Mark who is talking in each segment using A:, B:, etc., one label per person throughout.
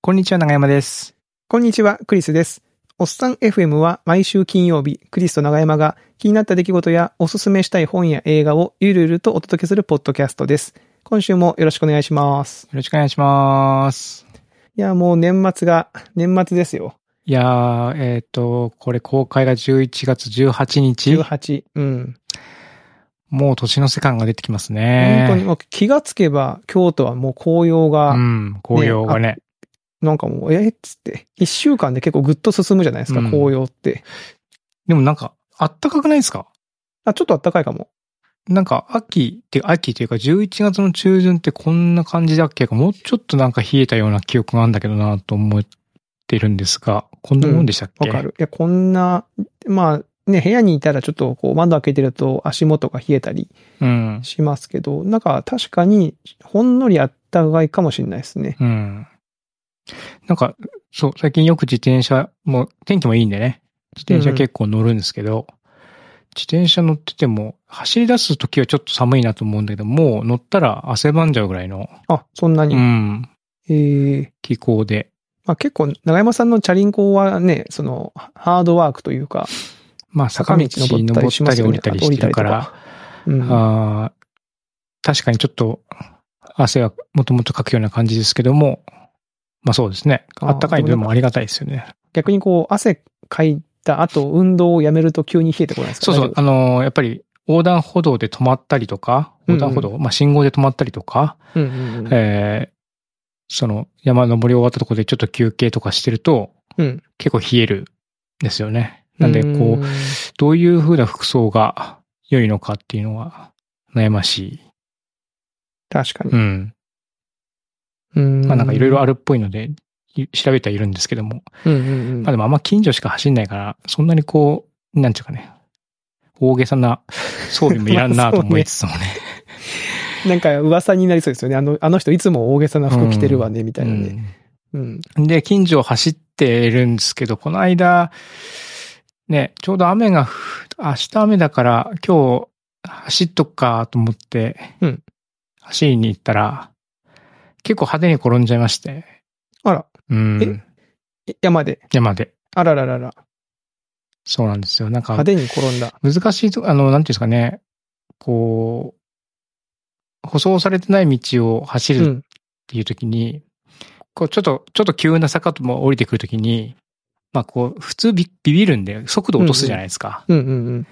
A: こんにちは、長山です。
B: こんにちは、クリスです。おっさん FM は毎週金曜日、クリスと長山が気になった出来事やおすすめしたい本や映画をゆるゆるとお届けするポッドキャストです。今週もよろしくお願いします。
A: よろしくお願いします。
B: いや、もう年末が、年末ですよ。
A: いやー、えっ、と、これ公開が11月18日。
B: 18。うん。
A: もう年の瀬感が出てきます
B: 本当に
A: ね。
B: もう気がつけば、京都はもう紅葉が、
A: うん、紅葉がね。
B: なんかもう、えっつって、一週間で結構ぐっと進むじゃないですか、
A: うん
B: 紅葉って。
A: でもなんか、あったかくないですか
B: あ、ちょっと暖かいかも。
A: なんか、秋って、秋というか、11月の中旬ってこんな感じだっけか、もうちょっとなんか冷えたような記憶があるんだけどなと思ってるんですが、こんなもんでしたっけ、
B: わかる。いや、こんな、まあ、ね、部屋にいたらちょっとこう窓開けてると足元が冷えたり
A: うん。
B: しますけど、なんか確かにほんのりあったかいかもしれないですね。
A: うん。なんか、そう、最近よく自転車、もう天気もいいんでね、自転車結構乗るんですけど、自転車乗ってても、走り出す時はちょっと寒いなと思うんだけど、もう乗ったら汗ばんじゃうぐらいの、
B: あ、そんなに。
A: うん、
B: えー
A: 気候で。
B: まあ結構、長山さんのチャリンコはね、その、ハードワークというか、
A: まあ、坂
B: 坂
A: 道
B: 道
A: 登
B: 登ったりし
A: っ
B: ま
A: た
B: す
A: り
B: よ
A: 降
B: ね
A: りたりしてるから、
B: 降りうん、
A: あー確かにちょっと汗はもともとかくような感じですけども、まあそうですね。
B: あー
A: あったかい分もありがたいですよね。
B: 逆にこう、汗かいた後、運動をやめると急に冷えてこないですか
A: そうそう
B: 大丈。
A: あのーやっぱり横断歩道で止まったりとか、横断歩道、まあ信号で止まったりとか、
B: 夫うんうんうん。
A: えーその山登り終わったところでちょっと休憩とかしてると、
B: うん
A: 結構冷えるんですよね。なんで、こ
B: う
A: う、
B: ん
A: どういう風な服装が良いのかっていうのは悩ましい。
B: 確かに
A: う。ん。
B: うん
A: まあなんかいろいろあるっぽいので、い調べてはいるんですけども。
B: うんうんうん
A: まあでもあんま近所しか走んないから、そんなにこう、なんていうかね、大げさな装備もいらんなと思いつつ もね。
B: なんか噂になりそうですよね。あの、あの人いつも大げさな服着てるわね、みたいな
A: う
B: ね。
A: ん
B: うん。
A: で、近所を走ってるんですけど、この間、ね、ちょうど雨がふ、明日雨だから、今日、走っとくかと思って、
B: うん
A: 走りに行ったら、結構派手に転んじゃいまして。
B: あら、
A: うん。
B: え山で。
A: 山で。
B: あらららら。
A: そうなんですよ。なんか、
B: 派手に転んだ。
A: 難しいと、あの、なんていうんですかね、こう、舗装されてない道を走
B: う
A: るっ
B: ん。
A: ていう時に、こう、ちょっと、ちょっと急な坂とも降りてくる時に、まあこう、普通ビビビるんで、速度落とすじゃないですか。
B: うんうんうん。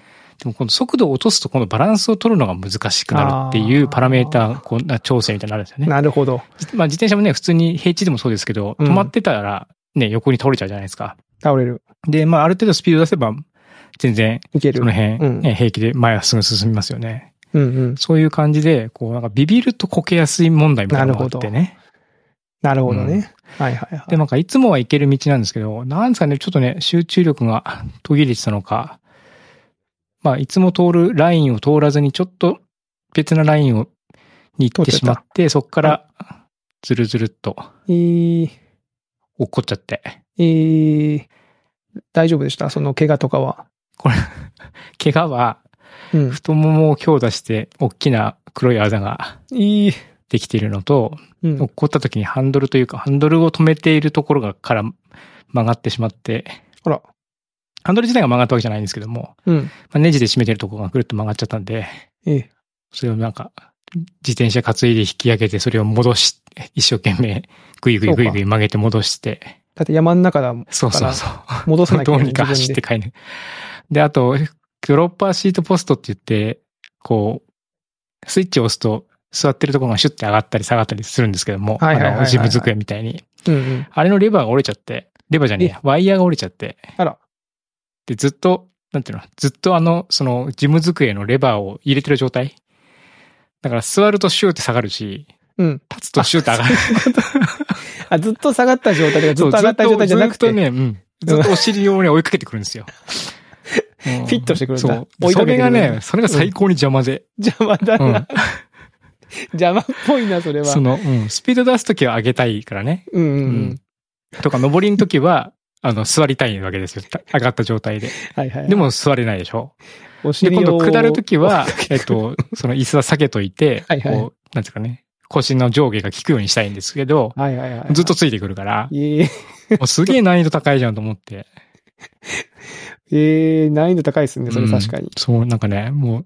A: でも、この速度を落とすと、このバランスを取るのが難しくなるってい
B: あー
A: うパラメーター、こう、な調整みたいになるんですよね。
B: なるほど。
A: まあ自転車もね、普通に平地でもそうですけど、
B: うん
A: 止まってたら、ね、横に倒れちゃうじゃないですか。
B: 倒れる。
A: で、まあある程度スピード出せば、全然、
B: いける
A: その。辺、
B: うん
A: ね平気で前はすぐ進みますよね。
B: うんうん。
A: そういう感じで、こう、なんかビビるとこけやすい問題みたいなのがあってね。
B: なるほどね。はいはいはい。
A: で、なんかいつもは行ける道なんですけど、なんですかね、ちょっとね、集中力が 途切れてたのか、まあ、いつも通るラインを通らずに、ちょっと別なラインを、に行ってしまって、そこから、ずるずるっと
B: えー、
A: 落っこっちゃって、
B: えー、大丈夫でしたその怪我とかは。
A: 怪我は
B: うん。
A: 太ももを強打して、大きな黒いあざが
B: えー、
A: できているのと、
B: うん
A: 落っこった時にハンドルというか、ハンドルを止めているところがから曲がってしまって、
B: あら。
A: ハンドル自体が曲がったわけじゃないんですけども、
B: うん。
A: まあ、ネジで締めてるところがぐるっと曲がっちゃったんで、
B: えー、
A: それをなんか、自転車担いで引き上げて、それを戻し、一生懸命、ぐいぐいぐいぐい曲げて戻して、
B: だって山の中だもん。
A: そうそうそう。
B: 戻さなき ゃ
A: ど
B: いうけな
A: に
B: い。
A: か走って帰る。で、あと、ドロッパーシートポストって言って、こう、スイッチを押すと、座ってるところがシュッて上がったり下がったりするんですけども、
B: はいはいはいはい
A: あのジム机みたいに。
B: 自分で。うんうん。
A: あれのレバーが折れちゃって、レバーじゃねえや、ワイヤーが折れちゃって、
B: あら。
A: で、ずっと、なんていうの、ずっとあの、その、事務机のレバーを入れてる状態。だから、座るとシューって下がるし、
B: うん。
A: 立つとシューって上がる。
B: あ、ずっと下がった状態とか、ず
A: そ
B: っ
A: う
B: と上がった状態じゃなくて。
A: ずっとね、うん。ずっとお尻をね、追いかけてくるん ですよ。うん
B: フィットしてくるんだ
A: そう。
B: 追い
A: そ
B: かけ
A: れ
B: てく
A: が
B: るんだ
A: ね、それが最高に邪魔で。
B: 邪魔だ
A: う
B: な。
A: ん。
B: 邪魔っぽいな、それは。
A: その、うん。スピード出すときは上げたいからね。
B: うんうんう。。
A: うんとか、登りのときは、あの、座りたいわけですよ。た上がった状態で。
B: はいはい。
A: で、も座れないでしょ。
B: お
A: で、
B: 尻
A: 今
B: を、
A: 度下るときはえっと、その椅子は下げといて、
B: はいはい
A: こう、なんていうかね、腰の上下が効くようにしたいんですけど、
B: はいはいはい。
A: ずっと。ついてくるから、
B: ええ
A: もうすげえ難易度高いじゃんと思って。
B: ええ難易度高いです ね、それ確かに。
A: うんそう、なんかね、もう、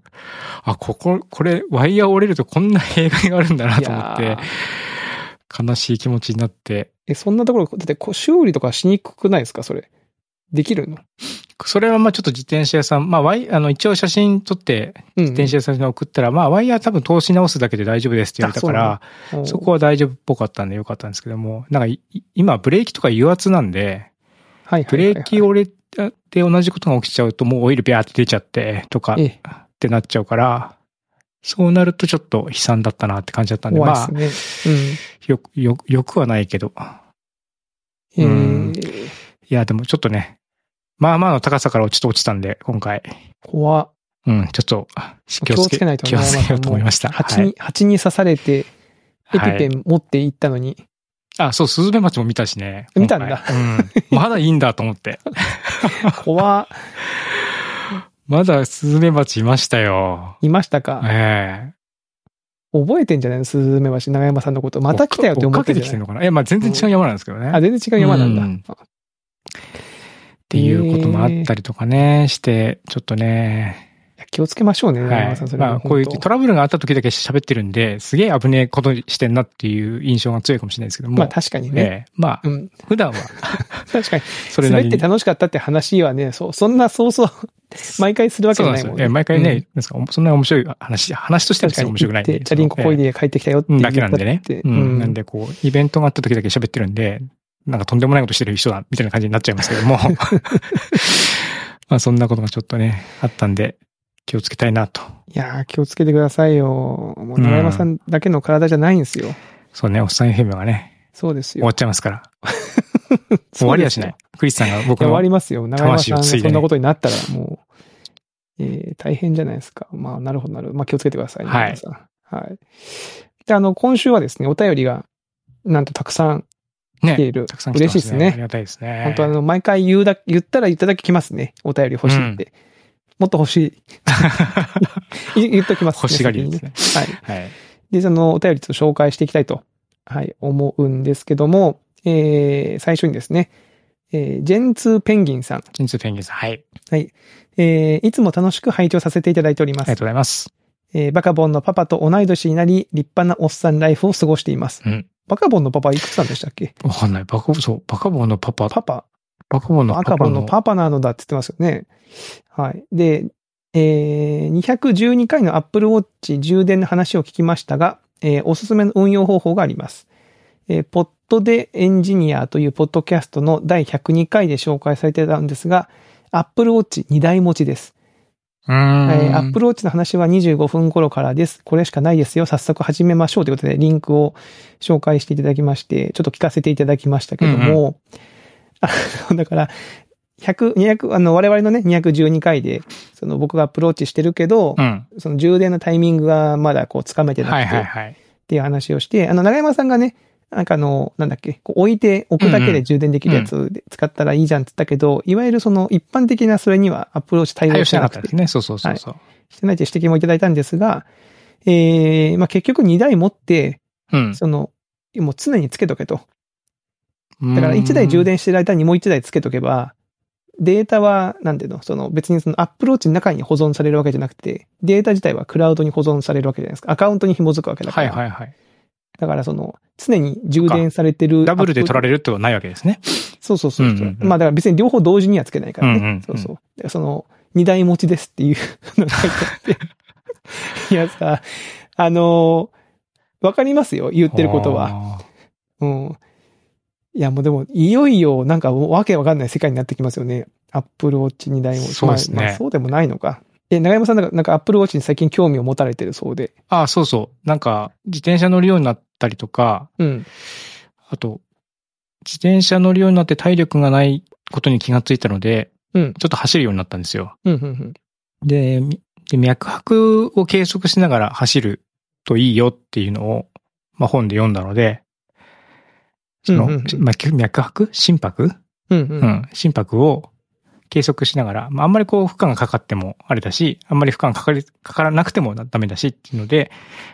A: あ、ここ、これ、ワイヤー折れるとこんな弊害があるんだないと思
B: や
A: って
B: ー、
A: 悲しい気持ちになって、
B: え、そんなところ、だってこう修理とかしにくくないですか、それ。できるの
A: それはまあちょっと自転車屋さん、まあワイ、あの、一応写真撮って、
B: うん。
A: 自転車屋さんに送ったら、まあワイヤー多分通し直すだけで大丈夫ですって言われたから、
B: うん
A: そこは大丈夫っぽかったんでよかったんですけども、なんかい今ブレーキとか油圧なんで、
B: はいは
A: ブ
B: いは
A: レ
B: いは
A: ー
B: い
A: キ折れて同じことが起きちゃうともうオイルビャーって出ちゃってとか
B: え
A: っ
B: え
A: てなっちゃうから、そうなるとちょっと悲惨だったなって感じだったんで、
B: 怖
A: まあ
B: い、ですね。
A: よく、よく、よくはないけど。
B: う
A: うん
B: ん。ええ
A: いや、でもちょっとね、まあまあの高さからちょっと落ちたんで、今回。
B: 怖っ
A: うん、ちょっと気を
B: 気を
A: つ
B: つ
A: け
B: けないとね
A: 気をつけようと思いました。
B: 蜂に、蜂に刺されて、エピ
A: はい
B: ペン持って行ったのに、
A: あ、そう、スズメバチも見たしね。
B: 見たんだ
A: 今回。うん。まだいいんだと思って。
B: 怖っ
A: まだスズメバチいましたよ。
B: いましたか
A: え
B: 覚えてんじゃないのスズメバチ、長山さんのこと。
A: え
B: また来たよって思っ
A: 追っかけ
B: てる
A: てき
B: じ
A: て
B: ゃな
A: の
B: んい
A: かな。え、まあ全然違う山なんですけどね。
B: あ、
A: っ
B: 全然違う山なんだ。
A: うんていうこともあったりとかね、して、ちょっとね。
B: いや気をつけましょうね、長
A: は
B: 山さん、そ
A: い。
B: れは
A: まあこういうトラブルがあった時だけ喋ってるんで、すげえ危ねえことしてんなっていう印象が強いかもしれないですけども。
B: まあ確かにね。
A: ええまあ、
B: うん。
A: 普段は、
B: 確かに。
A: それな
B: 滑
A: り
B: っ
A: に
B: て。楽しかったって話はね、そう、そんなそ うそう、毎回するわ
A: そ
B: けじ
A: う
B: ゃ
A: なんで
B: ない
A: すよ
B: もん。
A: ええ毎回
B: う
A: ねな
B: ん、、
A: んですかそんな面白い話、話としては別
B: 確か
A: に
B: に
A: 面白くないん
B: 行っ
A: で。
B: て、チャリンコ
A: ええ
B: こいで帰ってきたよっ
A: う
B: て
A: ん
B: いう
A: だけなんでね
B: だっ
A: う。
B: て。うんん。
A: なんでこう、イベントがあった時だけ喋ってるんで、なんかとんでもないことしてる人だ、みたいな感じになっちゃいますけど も。 まあそんなことがちょっとね、あったんで、気をつけたいなと。
B: いやー、気をつけてくださいよ。もう長山さんだけの体じゃないんですよ。
A: そうね、おっさん FM がね、
B: そうです
A: 終
B: よ。
A: わっちゃいますから。終わりやしない。クリスさんが僕
B: いや終わ
A: の
B: りますよ。長山さんが
A: 魂を継いでね
B: そんなことになったら、もう、えー大変じゃないですか。まあ、なるほど、なるほど。まあ、気をつけてくださいね。
A: はい
B: 皆さんはい。で、あの、今週はですね、お便りが、なんとたくさん来て
A: ね、
B: いる。
A: たくさん来て
B: 嬉
A: ま
B: しいですね
A: あり。がたいですね。
B: 本当あの、毎回言うだ、言ったら言っただけ来ますね。お便り欲しいって。もっと 欲しい。い言っときます、ね。
A: 欲しがりですね。
B: 先にね。はい。
A: はい。
B: で、そのお便りちょっと紹介していきたいと、はい、思うんですけども、えー、最初にですね、えー、ジェンツーペンギンさん。
A: 人数ペンギンさん。はい。あり
B: えーいつも楽しく拝聴させていただいておりま
A: がと
B: す
A: う。ございます。
B: えーバカボンのパパと同い年になり、立派なおっさんライフを過ごしています。
A: うん
B: バカボンのパパはいくつなんでしたっけ
A: わかんない。バカボン、そう、バカボンのパパ、
B: パパ、
A: バカボンの
B: バ
A: パ
B: カ
A: パ
B: ボンのパパなのだって言ってますよね。はい。で、えー212回の Apple Watch 充電の話を聞きましたが、えーおすすめの運用方法があります。えーポッドでエンジニアというポッドキャストの第102回で紹介されてたんですが、Apple Watch2 台持ちです。
A: うーん。
B: えー、Apple Watch の話は25分頃からです。これしかないですよ。早速始めましょうということで、リンクを紹介していただきまして、ちょっと聞かせていただきましたけども、あのだから、100、200、あの、我々のね、212回で、その僕がアプローチしてるけど、
A: うん。
B: その充電のタイミングがまだこう、つかめてなくて、
A: はいはいはい。
B: っていう話をして、あの、長山さんがね、なんかあの、なんだっけ、こう置いて、置くだけで充電できるやつで使ったらいいじゃんって言ったけど、いわゆるその一般的なそれにはアプローチ対
A: 対
B: 応
A: 応
B: し
A: してなか
B: な
A: った
B: くて
A: で、すね。そうそうそうそう。
B: してないという指摘もいただいたんですが、えーまあ、結局2台持って、
A: うん。
B: その、もう常につけとけと。だから1台充電してる間にもう1台つけとけば、データは、なんていうの、その別にその Apple Watch の中に保存されるわけじゃなくて、データ自体はクラウドに保存されるわけじゃないですか。アカウントに紐づくわけだか
A: はい
B: ら。
A: はいはい。
B: だからその、常に充電されてる。
A: ダブルで取ら
B: れ
A: れるってことはないわけですね。
B: そうそうそうそう。
A: うんうんうん
B: まあだから別に両方同時にはつけないからね。
A: うんうんうん
B: そうそう。だからその、二台持ちですっていう のが書いてあって。いやさ、あのーわかりますよ、言ってることは。
A: は。
B: うん。いやもうでも、いよいよなんかわけわかんない世界になってきますよね。アップルウォッチ二台持ち。
A: そうですね
B: まあまあそうでもないのか。え、長山さんなんか、なんかアップルウォッチに最近興味を持たれてるそうで。
A: ああ、そうそう。なんか、自転車乗るようになったりとか、
B: うん。
A: あと、自転車乗るようになって体力がないことに気がついたので、
B: うん
A: ちょっと走るようになったんですよ。
B: うん、うん、うん。
A: で、みで脈拍を計測しながら走るといいよっていうのを、まあ、本で読んだので、その、
B: うんうんうん
A: まあ脈拍心拍
B: うん、う。
A: うんん、心拍を計測しながら、まあ、あんまりこう負荷がかかってもあれだし、あんまり負荷がかかり、かからなくてもダメだしっていうので、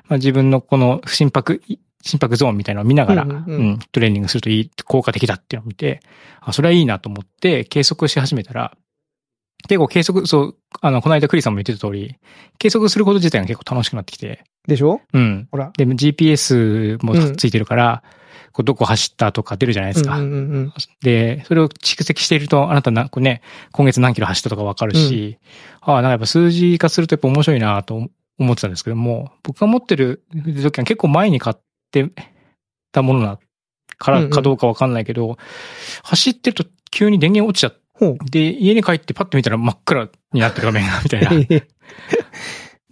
A: まあ、自分のこの心拍、い心拍ゾーンみたいなのを見ながら、
B: う
A: うんん
B: うんうん
A: トレーニングするといい、効果的だっていうのを見て、あ、それはいいなと思って、計測し始めたら、結構計測、そう、あの、この間クリさんも言ってた通り、計測すること自体が結構楽しくなってきて、
B: でしょ
A: うん。
B: ほら。
A: で、GPS も
B: うん
A: ついてるから、こうどこ走ったとか出るじゃないですか。
B: うんうんうん
A: で、それを蓄積していると、あなたな、こうね、今月何キロ走ったとかわかるし、ああ、なんかやっぱ数字化するとやっぱ面白いなと思ってたんですけども、僕が持ってる腕時計は結構前に買ってたものな、か
B: うんう
A: ら
B: ん
A: かどうかわかんないけど、走ってると急に電源落ちちゃって、
B: ほう。
A: で、家に帰ってパッと見たら真っ暗になってる画面が、みたい な。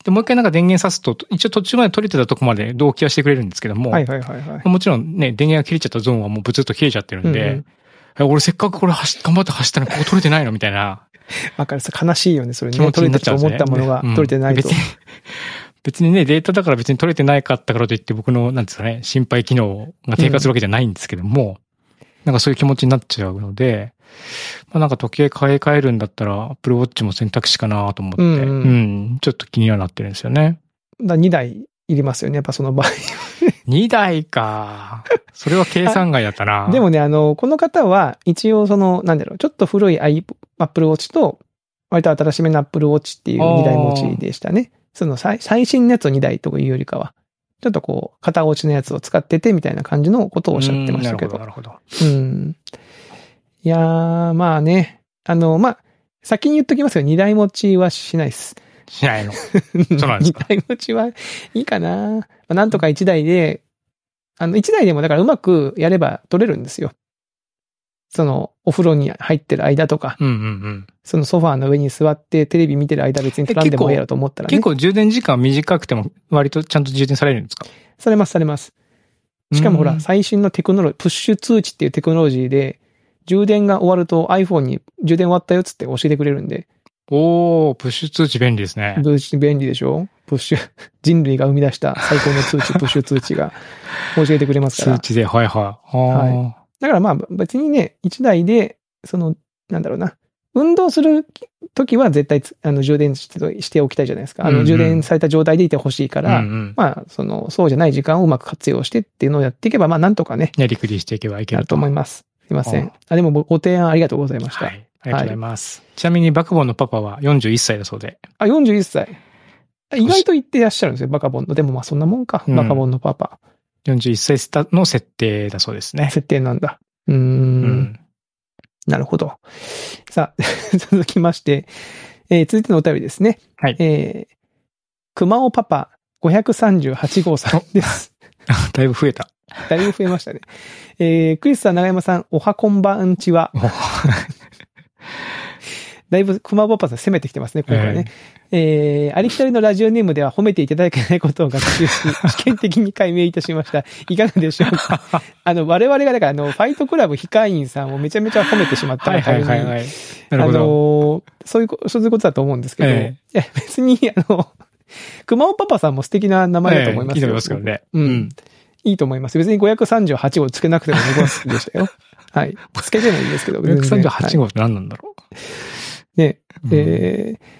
A: で、もう一回なんか電源挿すと、一応途中まで取れてたとこまで同期はしてくれるんですけども、
B: はいはいはいはい。
A: もちろんね、電源が切れちゃったゾーンはもうブツッと切れちゃってるんで、
B: うんうん
A: え俺せっかくこれ走っ頑張って走ったのにここ取れてないのみたいな
B: わかるさ、悲しいよね、それ
A: 気持
B: ね。
A: ちに
B: 取
A: な
B: れ
A: っちゃ
B: た
A: う
B: と
A: んです
B: 思
A: ね。
B: ったものが
A: うん
B: 取れてないと
A: 別。に、 別にね、データだから別に取れてないかったからといって僕の、なんですかね、心配機能が低下するわけじゃないんですけども、なんかそういう気持ちになっちゃうので、まあなんか時計買い替えるんだったら、Apple Watch も選択肢かなと思って、
B: う
A: うんん、
B: うん
A: ちょっと気にはなってるんですよ ね。
B: だ2台いりますよね、やっぱその場合。。
A: 2台か。それは計算外だったな
B: でもね、あの、この方は、一応その、なんだろう、ちょっと古い i- Apple Watch と、割と新しめの Apple Watch っていう2台持ちでしたね。その最最新のやつを2台というよりかは、ちょっとこう、片落ちのやつを使っててみたいな感じのことをおっしゃってましたけ
A: うんなるほど、なるほ
B: うん。いやー、まあね。あの、まあ、先に言っときますけど、二台持ちはしないです。
A: ど。しないの。
B: そう
A: なんですか
B: 二台持ちはいいかな。まあ、なんとか一台で、あの、一台でもだからうまくやれば取れるんですよ。その、お風呂に入ってる間とか、
A: うんうんうん。
B: そのソファーの上に座ってテレビ見てる間別に取らんでもええやろと思ったらね。
A: 結構充電時間短くても割とちゃんと充電されるんですか
B: されます、されます。しかもほ
A: う
B: ら、
A: ん
B: 最新のテクノロジー、プッシュ通知っていうテクノロジーで、充電が終わると iPhone に充電終わったよっつって教えてくれるんで、
A: おー、プッシュ通知便利ですね。
B: 通知便利でしょプッシュ、人類が生み出した最高の通 知、プッシュ通知が教えてくれますから。
A: 通
B: だ
A: 知で、はいはい。
B: は
A: は
B: からまあ別にね、一台で、その、なんだろうな、運動する時は絶対つあの充電してしておきたいじゃないですか。あ
A: うん
B: の
A: うん
B: 充電された状態でいてほしいか
A: い。
B: ら、
A: うんうん。
B: まあその、そうじゃない時間をうまく活用してっていうのをやっていけば、まあなんとかね、
A: やりくりしていけばいけ
B: な
A: る
B: ると思います。すいません。あ、でもご提案ありがとうございました。
A: はい。ありがとうございます。ちなみに、バクボンのパパは41歳だそうで。
B: あ、41歳。意外と言ってらっしゃるんですよ、バカボンの。でもまあそんなもんか、
A: うん
B: バカボンのパパ。
A: 41歳スタの設定だそうですね。
B: 設定なんだ。うー。
A: うんん。
B: なるほど。さあ、 続きまして、えー続いてのお便りですね。
A: はい
B: えー、熊尾パパ538号さん です。
A: だいぶ増えた。
B: だいぶ増えましたね。えー、クリスさん、長山さん、おはこんばんちは。
A: お
B: だいぶ熊尾パパさん攻めてきてますね、これからね。えー、ありきたりのラジオネームでは褒めていただけないことを 学習し、試験的に解明いたしました。いかがでしょう かあの、我々がだから、あの、ファイトクラブ非会員さんをめちゃめちゃ褒めてしまった
A: はい
B: がた
A: は
B: め
A: い
B: に
A: はいはい。なる
B: あ
A: ほど。
B: のーそういうこ、そういうことだと思うんですけど、
A: え
B: いや別に、あの、熊尾パパさんも素敵な名前だと思います
A: ええいいと思い
B: よ。
A: ますけどね。
B: うん。いいと思います。別に538をつけなくても僕は好きで したよ。はい。つけてもいいですけど。全然
A: 538号って何なんだろ
B: はいね、
A: う。うん
B: えー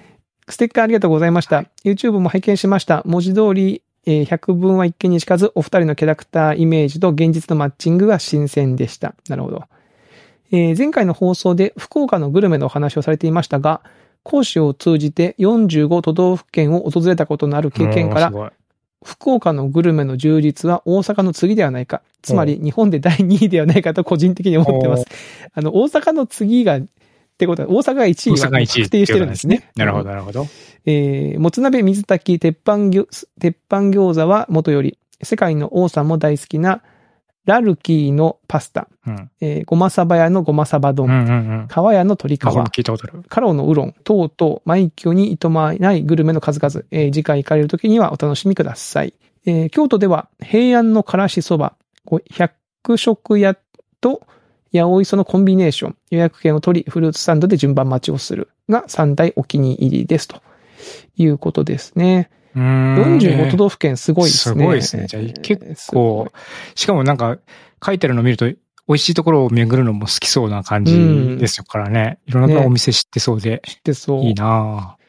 B: ステッカーありがとうございました。YouTube も拝見しました。文字通り、えー100分は一見にしかず、お二人のキャラクターイメージと現実のマッチングが新鮮でした。なるほど。えー前回の放送で福岡のグルメのお話をされていましたが、講師を通じて45都道府県を訪れたことのある経験か
A: おー
B: ら
A: す、ごい
B: 福岡のグルメの充実は大阪の次ではないか。つまり日本で第2位ではないかと個人的に思ってます。あの、大阪の次が、ってことは、大阪が1
A: 大
B: 位は
A: 阪1位っていう
B: 確定してるんで
A: こ
B: すね
A: と。なるほど、なるほど。
B: えーもつ鍋、水炊き、鉄板餃、鉄板餃子は元より、世界の王さんも大好きな、ラルキーのパスタ、
A: うん。
B: えーごまさば屋のごまさば
A: う
B: 丼、
A: んうんうん。
B: 川屋の鶏皮
A: あ、これも聞いたことある。
B: カロのウロン、とうとう、マイキョにいとまないグルメの数々、えー次回行かれる時にはお楽しみください。えー京都では、平安のからしそば、こう百食屋と八百磯のコンビネーション、予約券を取り、フルーツサンドで順番待ちをするが3大お気に入りです。ということですね。
A: うーん
B: 45都道府県すごいですね。
A: すごいですねじゃあ結構
B: すごい
A: しかもなんか、書いてあるのを見ると、美味しいところを巡るのも好きそうな感じですよからね。いろんなお店知ってそうで、
B: 知ってそう。
A: いいなぁ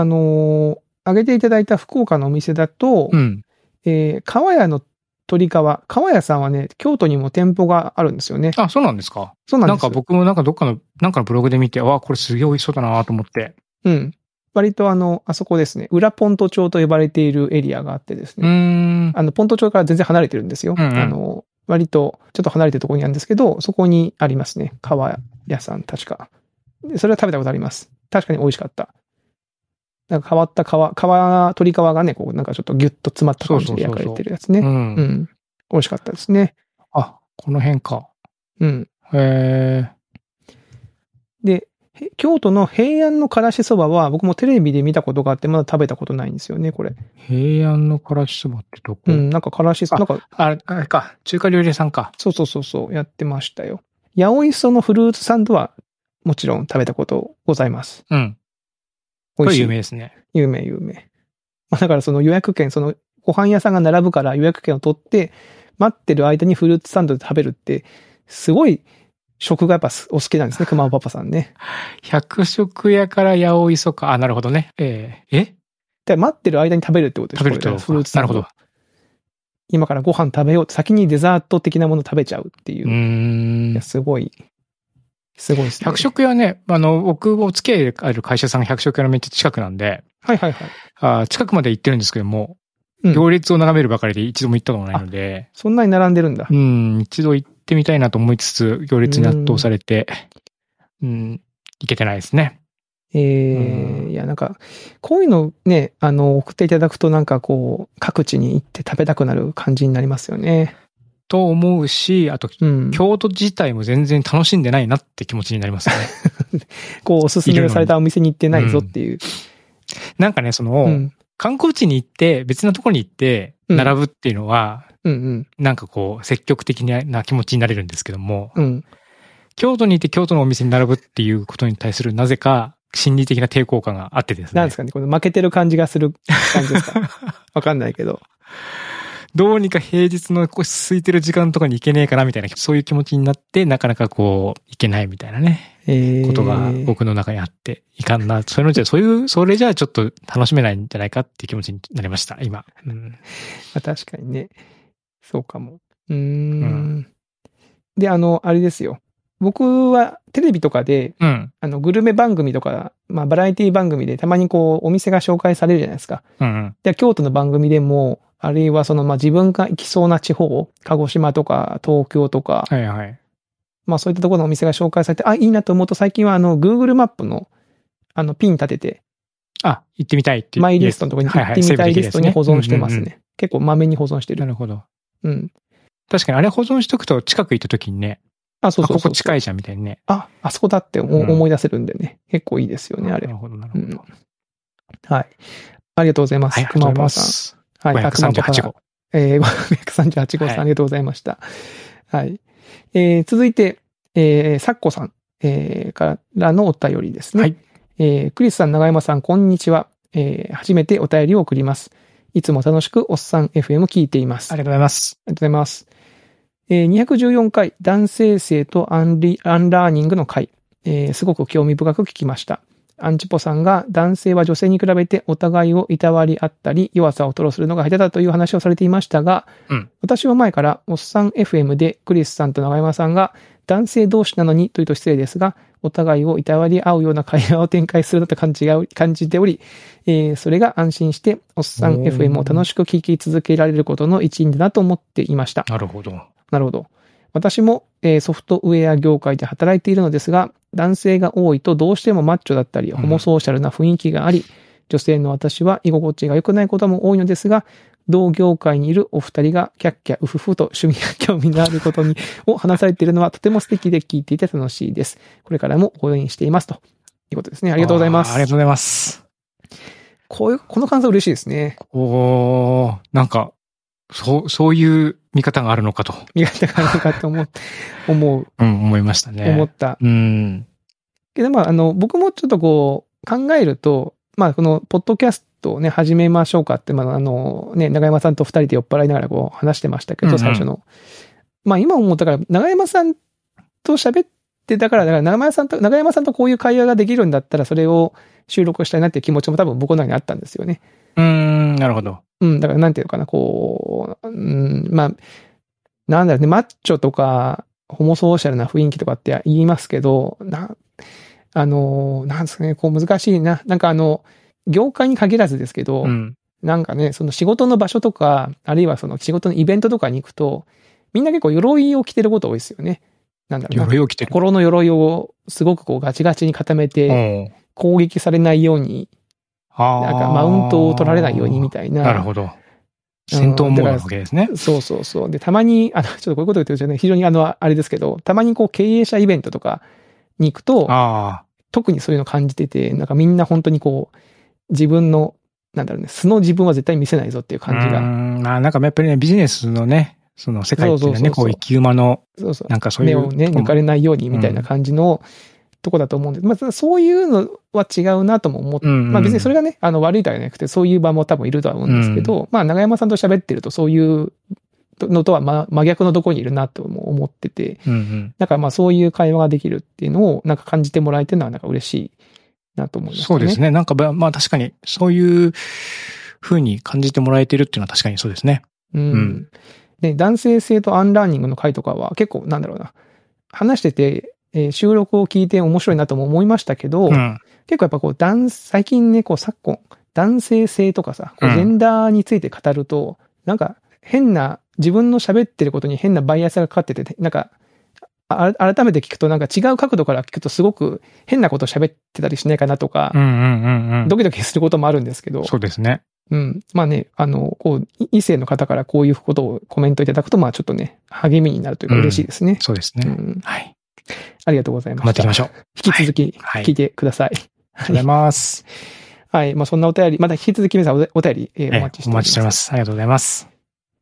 B: あのー、挙げていただいた福岡のお店だと、
A: うん。
B: えー、川屋の鳥川、川屋さんはね、京都にも店舗があるんですよね。
A: あ、そうなんですか
B: そうなん
A: な
B: で
A: ん
B: す
A: か僕もなんかどっかの、なんかのブログで見て、わあ、これすげえ美味しそうだなと思って。
B: うん。割とあの、あそこですね、裏ポント町と呼ばれているエリアがあってです
A: うー
B: ね、
A: ん。
B: あの、ポント町から全然離れてるんですよ。
A: うんうん
B: あの、割とちょっと離れてるところにあるんですけど、そこにありますね、川屋さん、確か。でそれは食べたことあります。確かに美味しかった。なんか変わった川、川、鳥川がね、こうなんかちょっとギュッと詰まった感じで焼かれてるやつ
A: う
B: ね。
A: ん。
B: うん。美味しかったですね。
A: あ、この辺か。
B: うん。
A: へえ。
B: で、へ京都の平安のからしそばは僕もテレビで見たことがあってまだ食べたことないんですよね、これ。
A: 平安のからしそばってどこ、
B: うん、なんかからしそば、
A: あ
B: なんか、
A: あれ、あれか。中華料理屋さんか。
B: そうそうそうそう、やってましたよ。八百磯のフルーツサンドはもちろん食べたことございます。
A: うん。
B: 美
A: こ
B: 味
A: れ
B: しい。
A: 有名ですね。
B: 有名。有名、まあ、だからその予約券、そのご飯屋さんが並ぶから予約券を取って、待ってる間にフルーツサンドで食べるって、すごい食がやっぱお好きなんですね、熊尾パパさんね。
A: 百食屋から八百磯か。あ、なるほどね。えーえ
B: で待ってる間に食べるってことでし
A: 食
B: ょ
A: べるって
B: こ
A: こ
B: れ
A: と
B: フルーツサ
A: な
B: ン
A: る
B: ド
A: ほど。。
B: 今からご飯食べようって先にデザート的なもの食べちゃうっていう
A: うー
B: う。い
A: ん
B: や、。すごい。すごいですね。
A: 百食屋ね、あの、僕お付き合いある会社さんが百食屋のめっちゃ近くなんで、
B: はいはいはい。
A: あ近くまで行ってるんですけども、
B: うん
A: 行列を眺めるばかりで一度も行ったことないので、
B: そんなに並んでるんだ
A: う。ん、一度行ってみたいなと思いつつ、行列に圧倒されて、うん、行けてないですね。
B: え
A: う
B: ー、
A: ん
B: いや、なんか、こういうのね、あの、送っていただくとなんかこう、各地に行って食べたくなる感じになりますよね。
A: と思うし、あと、
B: うん。
A: 京都自体も全然楽しんでないなって気持ちになり ますね。
B: こう、おすすめされたお店に行ってないぞっていう。
A: なんかね、その、
B: うん。うん
A: 観光地に行って、別なとこに行って、
B: うん
A: 並ぶっていうのは、
B: うん。
A: なんかこう、積極的な気持ちになれるんですけども、
B: うん。
A: 京都にいて京都のお店に並ぶっていうことに対する、なぜか、心理的な抵抗感があってです
B: なん
A: ね
B: です。かね、この負けてる感じがする感じで すかわかんないけど。
A: どうにか平日のこう空いてる時間とかに行けねえかなみたいな、そういう気持ちになって、なかなかこう、行けないみたいなね、
B: えー、
A: ことが僕の中にあって、いかんな。それのじゃ、そういう、それじゃあちょっと楽しめないんじゃないかっていう気持ちになりました、今。うん。
B: まあ、確かにね。そうかも。うーん,、
A: うん
B: で、あの、あれですよ。僕はテレビとかで、
A: うん。
B: あの、グルメ番組とか、まあ、バラエティ番組で、たまにこう、お店が紹介されるじゃないですか。
A: うん。
B: で、京都の番組でも、あるいはその、まあ、自分が行きそうな地方、鹿児島とか、東京とか、
A: はいはい。
B: まあ、そういったところのお店が紹介されて、あ、いいなと思うと、最近はあの、Google マップの、あの、ピン立てて、
A: あ、行ってみたいっていう。
B: マイリストのところに
A: はい
B: 行
A: は
B: っ
A: い
B: てみたいリストに
A: セー
B: 保
A: ブできる
B: 存
A: やつね
B: してます
A: うんうん
B: ね。結構まめに保存して
A: な
B: る。
A: るほど。
B: うん。
A: 確かにあれ保存しとくと近く行った時にね、
B: あ、そう
A: あ、
B: そうそう
A: ここ近いじゃんみたいにね。
B: あ、あそこだって思
A: うん
B: 思い出せるんでね。結構いいですよね、あれ
A: な。るほど、なる
B: う
A: ほど。
B: ん。はい。ありがとうございます。
A: はい、ありがとうございま
B: 熊尾パ
A: す。
B: パさん。はい、
A: 538号。
B: えー、538号さん、
A: はい
B: ありがとうございました。はい。えー、続いて、えー、サッコさん、えー、からのお便りですね。
A: はい。
B: えー、クリスさん、長山さん、こんにちは。えー、初めてお便りを送ります。いつも楽しくおっさん FM 聞いています。
A: ありがとうございます。
B: ありがとうございます。えー214回、男性性とアンリアンラーニングの回、えーすごく興味深く聞きました。アンチポさんが男性は女性に比べてお互いをいたわり合ったり、弱さを吐露するのが下手だという話をされていましたが、
A: うん
B: 私は前から、おっさん FM でクリスさんと長山さんが男性同士なのにというと失礼ですが、お互いをいたわり合うような会話を展開すると感じが感じており、えーそれが安心して、おっさん
A: おー
B: FM を楽しく聞き続けられることの一因だなと思っていました。
A: なるほど。
B: なるほど。私も、えーソフトウェア業界で働いているのですが、男性が多いとどうしてもマッチョだったり、
A: ん
B: ホモソーシャルな雰囲気があり、女性の私は居心地が良くないことも多いのですが、同業界にいるお二人がキャッキャウフフと趣味や興味のあることにを話されているのはとても素敵で聞いていて楽しいです。これからも応援しています。ということですね。あ
A: あ
B: りがとうございま
A: ありが
B: す。
A: とうございます。
B: こういう、この感想嬉しいですね。
A: おー、なんか、そう、そういう見方があるのかと、
B: 苦手かなかと思う、思う、
A: うん、思いました ね。
B: 思った
A: うん。
B: けど、まあ、あの、僕もちょっとこう、考えると、まあ、この、ポッドキャストをね、始めましょうかって、まあ、あの、ね、長山さんと二人で酔っ払いながらこう、話してましたけ
A: うん
B: ど、
A: うん
B: 最初の。まあ、今思ったから、長山さんと喋って、だから、だから、長山さんと、長山さんとこういう会話ができるんだったら、それを収録したいなっていう気持ちも多分僕の中にあったんですよね。
A: うーん、なるほど。
B: うん、だからなんていうのかな、こう、うん、まあ、なんだろうね、マッチョとか、ホモソーシャルな雰囲気とかって言いますけど、な、あの、なんですかね、こう難しいな。なんかあの、業界に限らずですけど、
A: うん。
B: なんかね、その仕事の場所とか、あるいはその仕事のイベントとかに行くと、みんな結構鎧を着てること多いですよね。なんだろうな。
A: 鎧を着てる。
B: 心の鎧をすごくこうガチガチに固めて、
A: うん
B: 攻撃されないように、
A: あ
B: な
A: ー
B: んかマウントを取られないようにみたいな。
A: なるほど。戦闘モードなわけですね。
B: そうそうそう。で、たまに、あの、ちょっとこういうこと言ってるとね、非常にあの、あれですけど、たまにこう経営者イベントとかに行くと、
A: あ
B: 特にそういうの感じてて、なんかみんな本当にこう、自分の、なんだろうね、素の自分は絶対見せないぞっていう
A: あ。う
B: 感じ
A: ー
B: が。
A: ん。まあなんかやっぱりね、ビジネスのね、その世界っていうのは
B: そうそうそ
A: ね、
B: うそ
A: こ
B: う
A: う生き馬の、
B: そうそう。
A: なんかそうい
B: 目
A: う。
B: をね、抜かれないようにみたいな感じのとこだと思うんで、まあただそういうのは違うなとも思って、
A: うんうん
B: まあ別にそれがね、あの悪いとは言わなくて、そういう場も多分いるとは思うんですけど、まあ長山さんと喋ってるとそういうのとは真真逆のとこにいるなとも思ってて、
A: うんうん。
B: なんかまあそういう会話ができるっていうのをなんか感じてもらえてるのはなんか嬉しいなと思いますね。
A: そうですね。なんかば、まあ確かに、そういう風に感じてもらえてるっていうのは確かにそうですね。
B: うん。
A: うん
B: で、男性性とアンラーニングの会とかは結構なんだろうな。話してて、えー収録を聞いて面白いなとも思いましたけど、
A: うん。
B: 結構やっぱこう男、最近ね、こう昨今、男性性とかさ、こう
A: うん
B: ジェンダーについて語ると、なんか変な、自分の喋ってることに変なバイアスがかかってて、なんか、あ改めて聞くとなんか違う角度から聞くとすごく変なこと喋ってたりしないかなとか
A: うんう、んうんうん。
B: ドキドキすることもあるんですけど、
A: そうですね。
B: うん。まあね、あの、こう、い異性の方からこういうことをコメントいただくと、まあちょっとね、励みになるというか
A: うん
B: 嬉しいですね。
A: そうです
B: う
A: ね。
B: ん。
A: はい。
B: ありがとうございま
A: 頑張っ
B: し
A: て
B: た。
A: いきましょう。あり
B: 引き続き
A: はい
B: 聞いてください。
A: がとうございます。
B: はい。まあそんなお便り、また引き続き皆さんおお便り、えー
A: え
B: お
A: え
B: 待ちして
A: お
B: おりま
A: 待ちし
B: す。
A: ております。ありがとうございます。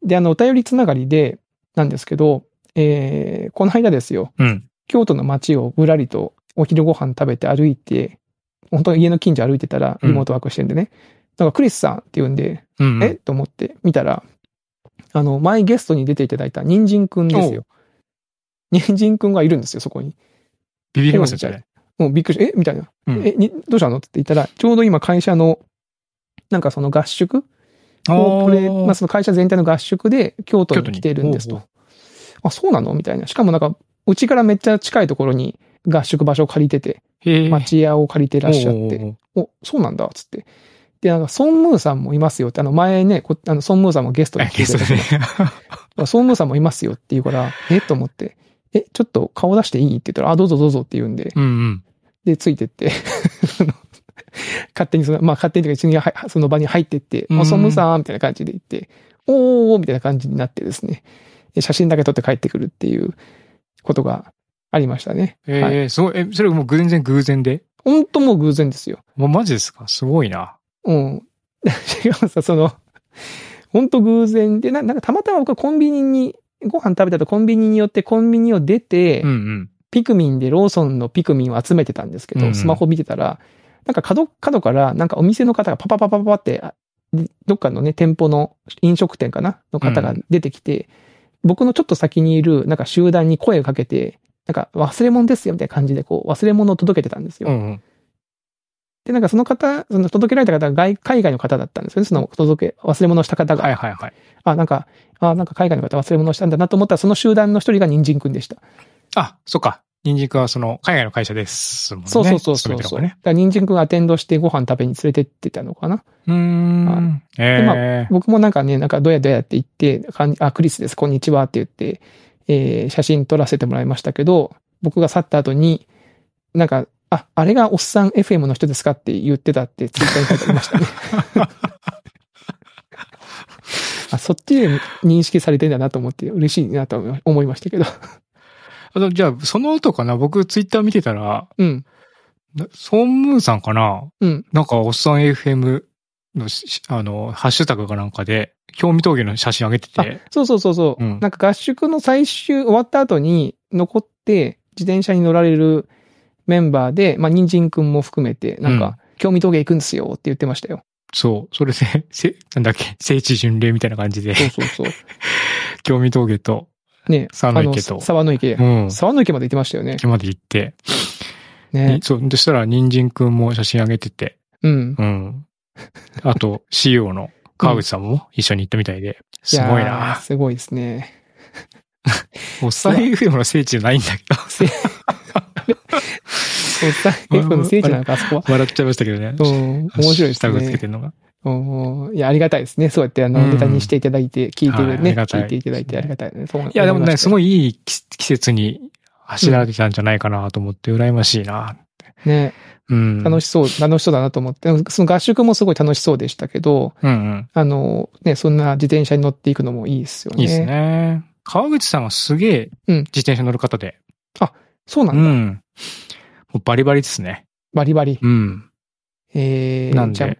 B: で、あの、お便りつながりで、なんですけど、えー、この間ですよ、
A: うん。
B: 京都の街をぶらりとお昼ご飯食べて歩いて、本当に家の近所歩いてたら、リモートワークしてるんでね、なんかクリスさんって言うんで、
A: うん。
B: えと思って見たら、あの、前ゲストに出ていただいた人参くんですよ。人参くんがいるんですよ、そこに。
A: ビビりますよ、それ。
B: もうびっくりしえみたいな。
A: うん
B: え、にどうしたのって言ったら、ちょうど今会社の、なんかその合宿をプレイまあ、その会社全体の合宿で京都に来てるんです
A: 京
B: と。あ、そうなのみたいな。しかもなんか、うちからめっちゃ近いところに合宿場所を借りてて、
A: へえ
B: 町屋を借りてらっしゃっ
A: おうお
B: て
A: う、おう
B: お、そうなんだ、つって。で、なんか、ソンムーさんもいますよって、あの、前ね、こあのソンムーさんもゲストに
A: あゲ
B: 来ていただい
A: ス
B: て
A: トでね。
B: ソンムーさんもいますよって言うから、えと思って、え、ちょっと顔出していいって言ったら、あ、どうぞどうぞって言うんで、
A: うんうん。
B: で、ついてって、 あの勝手にその、まあ、勝手にというか、一緒にはその場に入ってって、
A: うん
B: あソンムーさんみたいな感じで言って、おーおーみたいな感じになってですね、で写真だけ撮って帰ってくるっていうことがありましたね。
A: え
B: はい。
A: えすごい。え、それもう全然偶然で。
B: 本当もう偶然ですよ。
A: もうマジですかすごいな。
B: うん。 しかもさ、その、本当偶然で、ななんかたまたま僕はコンビニに、ご飯食べたとコンビニによってコンビニを出て、
A: うんうん。
B: ピクミンでローソンのピクミンを集めてたんですけ
A: うんう
B: ど、
A: ん
B: スマホ見てたら、なんか角、角から、なんかお店の方がパパパパパって、あどっかのね、店舗の飲食店かなの方が出てきて、僕のちょっと先にいる、なんか集団に声をかけて、なんか忘れ物ですよみたいな感じで、こう、忘れ物を届けてたんですよ。
A: うんうん。
B: で、なんかその方、その届けられた方が外海外の方だったんですよね。その届け、忘れ物をした方が。
A: はいはいはい。
B: あ、なんか、あ、なんか海外の方忘れ物をしたんだなと思ったら、その集団の一人が人参くんでした。
A: あ、そっか。人参君はその、海外の会社ですもんね。
B: そうそうそうそ
A: 勤め
B: う
A: てる
B: そ
A: 方
B: う。
A: がね。
B: だから人参くんがアテンドしてご飯食べに連れてってたのかな。
A: うーん。ええ
B: 僕もなんかね、なんかどやどやって言って、かんあ、クリスです、こんにちはって言って、えー写真撮らせてもらいましたけど、僕が去った後に、なんか、あ、あれがおっさん FM の人ですかって言ってたってツイッターに書いてあり ましたね。あそっちで認識されてんだなと思って嬉しいなと思い思いましたけど。
A: あとじゃあ、その後かな僕、ツイッター見てたら、
B: うん。
A: なソンムーさんかな
B: うん。
A: なんか、おっさん FM のし、しあの、ハッシュタグかなんかで、興味峠の写真上げて
B: あ
A: て。、
B: そうそうそうそう。
A: うん
B: なんか合宿の最終終わった後に残って自転車に乗られるメンバーで、まあ、人参くんも含めて、なん
A: うん
B: か、興味峠行くんですよって言ってましたよ。
A: そう。それで、せ、なんだっけ、聖地巡礼みたいな感じで、
B: そうそうそう。
A: 興味峠と、
B: ね。
A: 沢の池と
B: あの沢の池
A: う。ん。
B: 沢の池まで行ってましたよね。
A: 池まで行って、
B: ね
A: に。そう、でしたら、人参くんも写真上げてて、
B: うん。
A: うん。あと、CO の川口さんも一緒に行ったみたいで、すごい
B: やー
A: な。
B: すごいですね。
A: おっさん FM の聖地じゃないんだけ ど、
B: せおっさん F の聖地なのか、あそこは。
A: 笑っちゃいましたけどね。
B: うん、面白いで
A: ハッシュタ
B: す
A: グつけ
B: ね
A: て。るのが。
B: うんいや、ありがたいですね。そうやって、あ
A: う
B: の、
A: ん
B: ネタにしていただいて、聞いて
A: はい
B: る
A: あり
B: ね、
A: がたい
B: 聞いていただいてありがたいね。そうい
A: いや、でもね、す
B: い。
A: ごいいい季季節に走られたんじゃないかなと思って、羨ましいな。
B: ね、
A: うん。
B: 楽
A: し
B: しそう、楽しそうだなと思って、その合宿もすごい楽しそうでしたけど、
A: うん
B: あの、ね、そんな自転車に乗っていくのもいいですよ
A: うん。
B: ね。
A: いいですね。川口さんはすげえ
B: うん
A: 自転車乗る方で。
B: そうな
A: うん
B: だ。
A: ん。もうバリバリですね。
B: バリバリ。
A: うん。
B: えー、
A: なんで
B: じゃあだ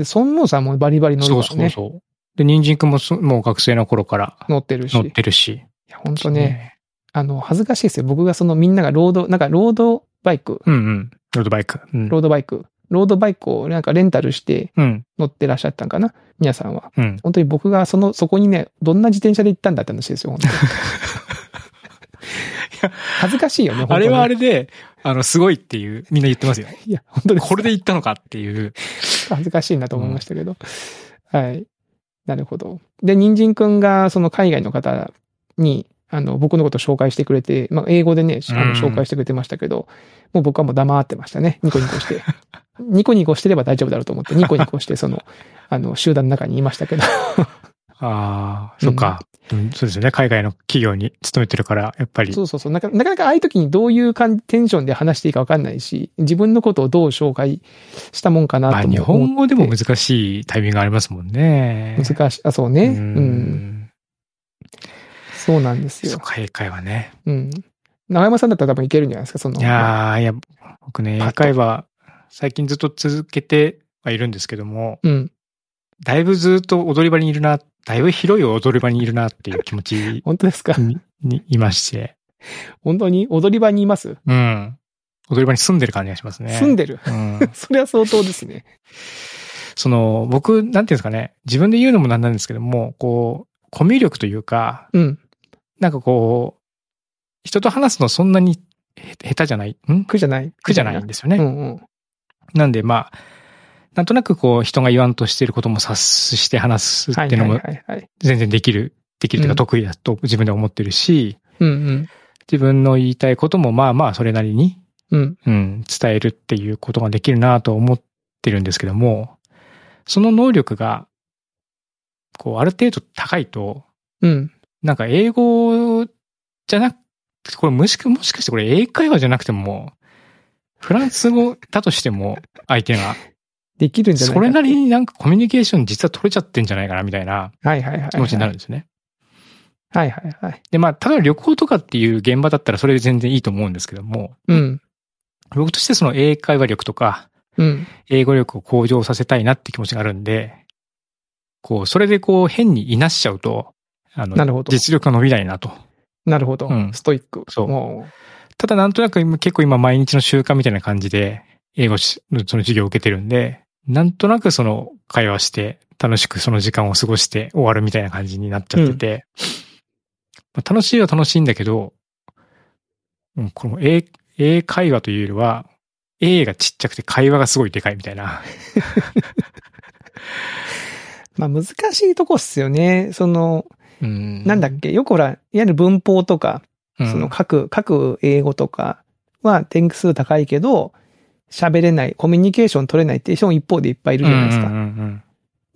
B: って、孫ンモさんもバリバリ乗るか
A: そ
B: ら
A: う
B: ね。
A: そうそう。で、人参くんもそもう学生の頃から
B: 乗ってるし。
A: 乗っ
B: い
A: てるし。
B: や、本当ね、。あの、恥ずかしいですよ。僕がそのみんながロード、なんかロードバイク、
A: うんうん。ロードバイク。うん。
B: ロードバイク、ロードバイクをなんかレンタルして
A: うん。
B: 乗ってらっしゃったんかな皆さんは。
A: うん。
B: 本当に僕がその、そこにね、どんな自転車で行ったんだって話ですよ、本 当に恥ずかしいよね、本当
A: あ
B: に
A: れはあれで、あの、すごいっていう、みんな言ってますよ。
B: いや、本当に
A: これで行ったのかっていう。
B: 恥ずかしいなと思いましたけど。はい。なるほど。で、人参くんが、その海外の方に、あの、僕のことを紹介してくれて、まあ、英語でね、あ
A: うん
B: の紹介してくれてましたけど、もう僕はもう黙ってましたね。ニコニコして。 ニコニコしてれば大丈夫だろうと思って、ニコニコして、その、あの、集団の中にいましたけど。
A: ああ、そっか、うんそうですよね。海外の企業に勤めてるから、やっぱり。
B: そうそうそう。なかなかなかああいう時にどういう感じテンションで話していいかわかんないし、自分のことをどう紹介したもんかな
A: まあ、
B: と
A: 日
B: も思
A: 本語でも難しいタイミングがありますもんね。
B: う。難しい。あ、そうね。
A: う
B: うん。
A: ん。
B: そうなんです
A: そう
B: よ。
A: か、英会話ね。
B: うん。長山さんだったら多分いけるんじゃないですか、その。
A: いやー、いや、僕ね、
B: パッ
A: 英
B: と
A: 会話、最近ずっと続けてはいるんですけども、
B: うん。
A: だいぶずっと踊り場にいるな、だいぶ広い踊り場にいるなっていう気持ち
B: 本当ですか。
A: ににいまして。
B: 本当に踊り場にいます、
A: うん。踊り場に住んでる感じがしますね。
B: 住んでる。
A: うん。
B: それは相当ですね。
A: その、僕、なんていうんですかね、自分で言うのもなんなんですけども、こう、コミュ力というか、
B: うん。
A: なんかこう、人と話すのそんなにへ下手じゃない、ん
B: 苦じゃない。
A: 苦じゃないんですよね。
B: うんうん。
A: なんで、まあ、なんとなくこう、人が言わんとしていることも察して話すって
B: はいいうは
A: の
B: いは
A: も
B: いはい。
A: 全然できる、できるというか
B: うん
A: 得意だと自分で思ってるし、
B: うんうん。
A: 自分の言いたいこともまあまあそれなりに、
B: うん。
A: うん、伝えるっていうことができるなと思ってるんですけども、その能力が、こう、ある程度高いと、
B: うん。
A: なんか英語じゃなくて、これもしくもしかしてこれ英会話じゃなくても、フランス語だとしても、相手が、
B: できるんじゃない
A: そ
B: か
A: れなりになんかコミュニケーション実は取れちゃってんじゃないかな、みたいな
B: はいはいはいはい。
A: 気持ちになるんですよね。
B: はいはいはい。
A: で、まあ、例えば旅行とかっていう現場だったらそれで全然いいと思うんですけども、
B: うん。
A: 僕としてその英会話力とか、
B: うん。
A: 英語力を向上させたいなって気持ちがあるんで、こう、それでこう、変にいなしちゃうと、あ
B: な
A: の、
B: るほど。
A: 実力が伸びないなと。
B: なるほど、
A: うん
B: ストイック。
A: そう
B: も
A: ただなんとなく今結構今毎日の習慣みたいな感じで、英語しその授業を受けてるんで、なんとなくその会話して、楽しくその時間を過ごして終わるみたいな感じになっちゃってて、まあ楽しいは楽しいんだけど、うん、この英、英会話というよりは、A がちっちゃくて会話がすごいでかいみたいな。
B: う、まあ難しいとこっすよね。その、
A: うん
B: なんだっけ、よくほら、いわゆる文法とか、
A: うん
B: その書く、書く英語とかは点数高いけど、喋れない、コミュニケーション取れないっていう人も一方でいっぱいいるじゃないですか。
A: うんうんうん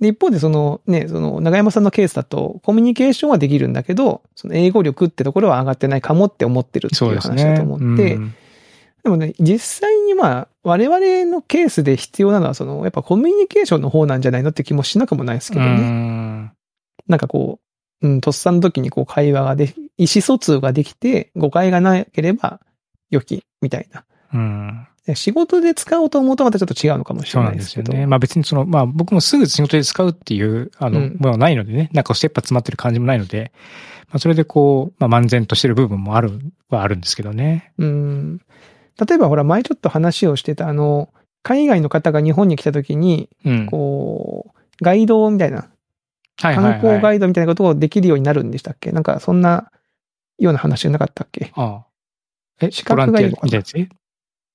B: で、一方でそのね、その長山さんのケースだと、コミュニケーションはできるんだけど、その英語力ってところは上がってないかもって思ってるって
A: そう
B: いう
A: です
B: 話だ
A: ね。
B: と思って、
A: うん
B: でもね、実際にまあ、我々のケースで必要なのは、その、やっぱコミュニケーションの方なんじゃないのって気もしなくもないですけどね。
A: うん
B: なんかこう、うん、とっさの時にこう会話がで、意思疎通ができて、誤解がなければ良き、みたいな。
A: うん
B: で仕事で使おうと思うとまたちょっと違うのかもし
A: そ
B: れ
A: うな
B: なんい
A: で
B: ですす
A: よ
B: けど。
A: ね。まあ別にその、まあ僕もすぐ仕事で使うっていう、あの、
B: うん
A: ものはないのでね、なんかステッパ詰まってる感じもないので、まあそれでこう、まあ漫然としてる部分もある、はあるんですけどね。
B: うん。例えばほら、前ちょっと話をしてた、あの、海外の方が日本に来た時に、
A: うん。
B: こう、ガイドみたいな、
A: はいはいは
B: 観
A: い
B: 光ガイドみたいなことをできるようになるんでしたっけなんかそんなような話じゃなかったっけ
A: ああえ、
B: 資
A: ボラン
B: 格が
A: テ
B: い
A: ィ
B: い
A: ア
B: の
A: み
B: か
A: たいな
B: な
A: やつえ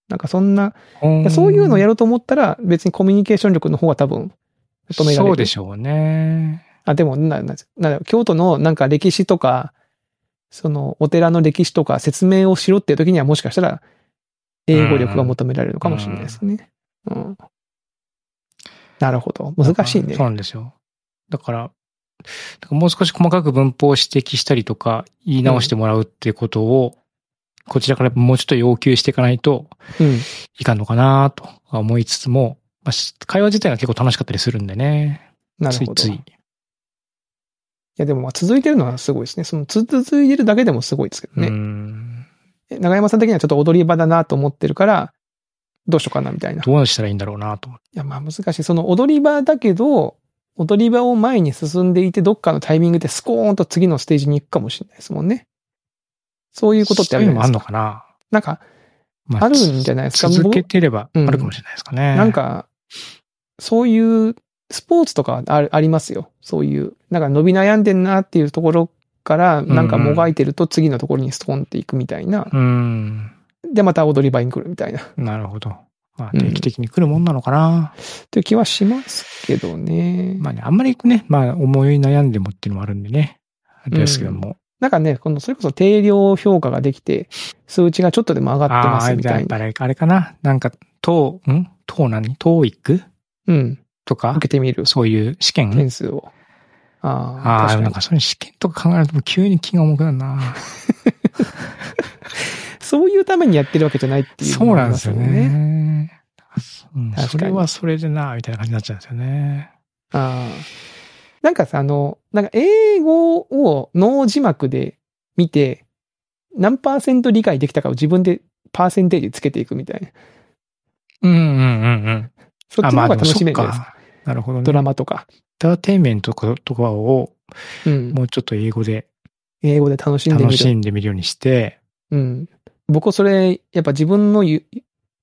B: なんかそんな、
A: ほーん
B: そういうのをやろうと思ったら別にコミュニケーション力の方が多分求められる。
A: そうでしょうね。
B: あ、でも、な、な、な、京都のなんか歴史とか、その、お寺の歴史とか説明をしろっていう時にはもしかしたら、英語力が求められるのかもしれないですね。うん。なるほど。難し
A: あ
B: いね
A: そう。なんですよ。だから、だからもう少し細かく文法を指摘したりとか、言い直してもらうっていうことを、こちらからもうちょっと要求していかないと
B: うん。
A: いかんのかなとは思いつつも、まあ、し会話自体が結構楽しかったりするんでね。
B: なる
A: つ
B: ほ
A: い
B: ど。
A: つい。
B: いやでもまあ続いてるのはすごいですね。そのつ続いてるだけでもすごいですけど
A: う
B: ね。
A: ん。
B: え長山さん的にはちょっと踊り場だなと思ってるから、どうしようかなみたいな。い
A: どうしたらいいんだろうなと思って。
B: やまあ難しい。その踊り場だけど、踊り場を前に進んでいて、どっかのタイミングでスコーンと次のステージに行くかもしれないですもんね。そういうことってある
A: そ
B: じ
A: う
B: ゃ
A: いうのも
B: ない
A: あ
B: です
A: る
B: か。
A: のかな、
B: なんか、
A: ま
B: あるんじゃないですか
A: 続けてればあ
B: うん
A: るかもしれないですかね。
B: なん、か、そういう、スポーツとかあるありますよ。そういう。なんか伸び悩んでんなっていうところから、なんかもがいてると次のところにストンっていくみたいな。
A: うん。
B: で、また踊り場に来るみたいな。っ
A: なるほど。まあ、
B: うん
A: 定期的に来るもんなのかな。
B: ていう気はしますけどね。
A: まあね、あんまりね、まあ、思い悩んでもっていうのもあるんでね。あれですけども。
B: なんかね、この、それこそ定量評価ができて、数値がちょっとでも上がって
A: あ
B: ま
A: あ
B: す
A: ー、
B: み
A: じゃあ
B: た
A: や
B: い
A: っぱ
B: な。
A: りあれかな。なんか、トー、んトー何トーイック
B: うん。
A: とか
B: 受、けてみる。
A: そういう試
B: 点
A: 験
B: 数を。ああ、
A: ああ、
B: 確か
A: なん
B: に
A: かそれ試験とか考えると急に気が重くなるな。
B: そういうためにやってるわけじゃないっていう
A: そ
B: のも
A: うな
B: あ
A: んで
B: りますす
A: よ
B: よね。
A: ね。うん、
B: 確かに
A: それはそれでな、みたいな感じになっちゃうんですよね。
B: ああ。なんかさ、あの、なんか英語を脳字幕で見て、何パーセント理解できたかを自分でパーセンテージつけていくみたいな。
A: うんうんうんうん。
B: そっ
A: あ、
B: ちの
A: まあ
B: 方が
A: でも
B: 楽
A: そ
B: しめ
A: っ
B: るじゃないですか。
A: か。なるほどね。ド
B: ド
A: ラ
B: ラ
A: マ。
B: マとか。
A: エンターテインメントとかとかを、
B: うん。
A: もうちょっと英語で
B: 英語で楽しんでみ
A: 楽
B: る。
A: しんでみるようにして、
B: うん。僕それ、やっぱ自分のゆ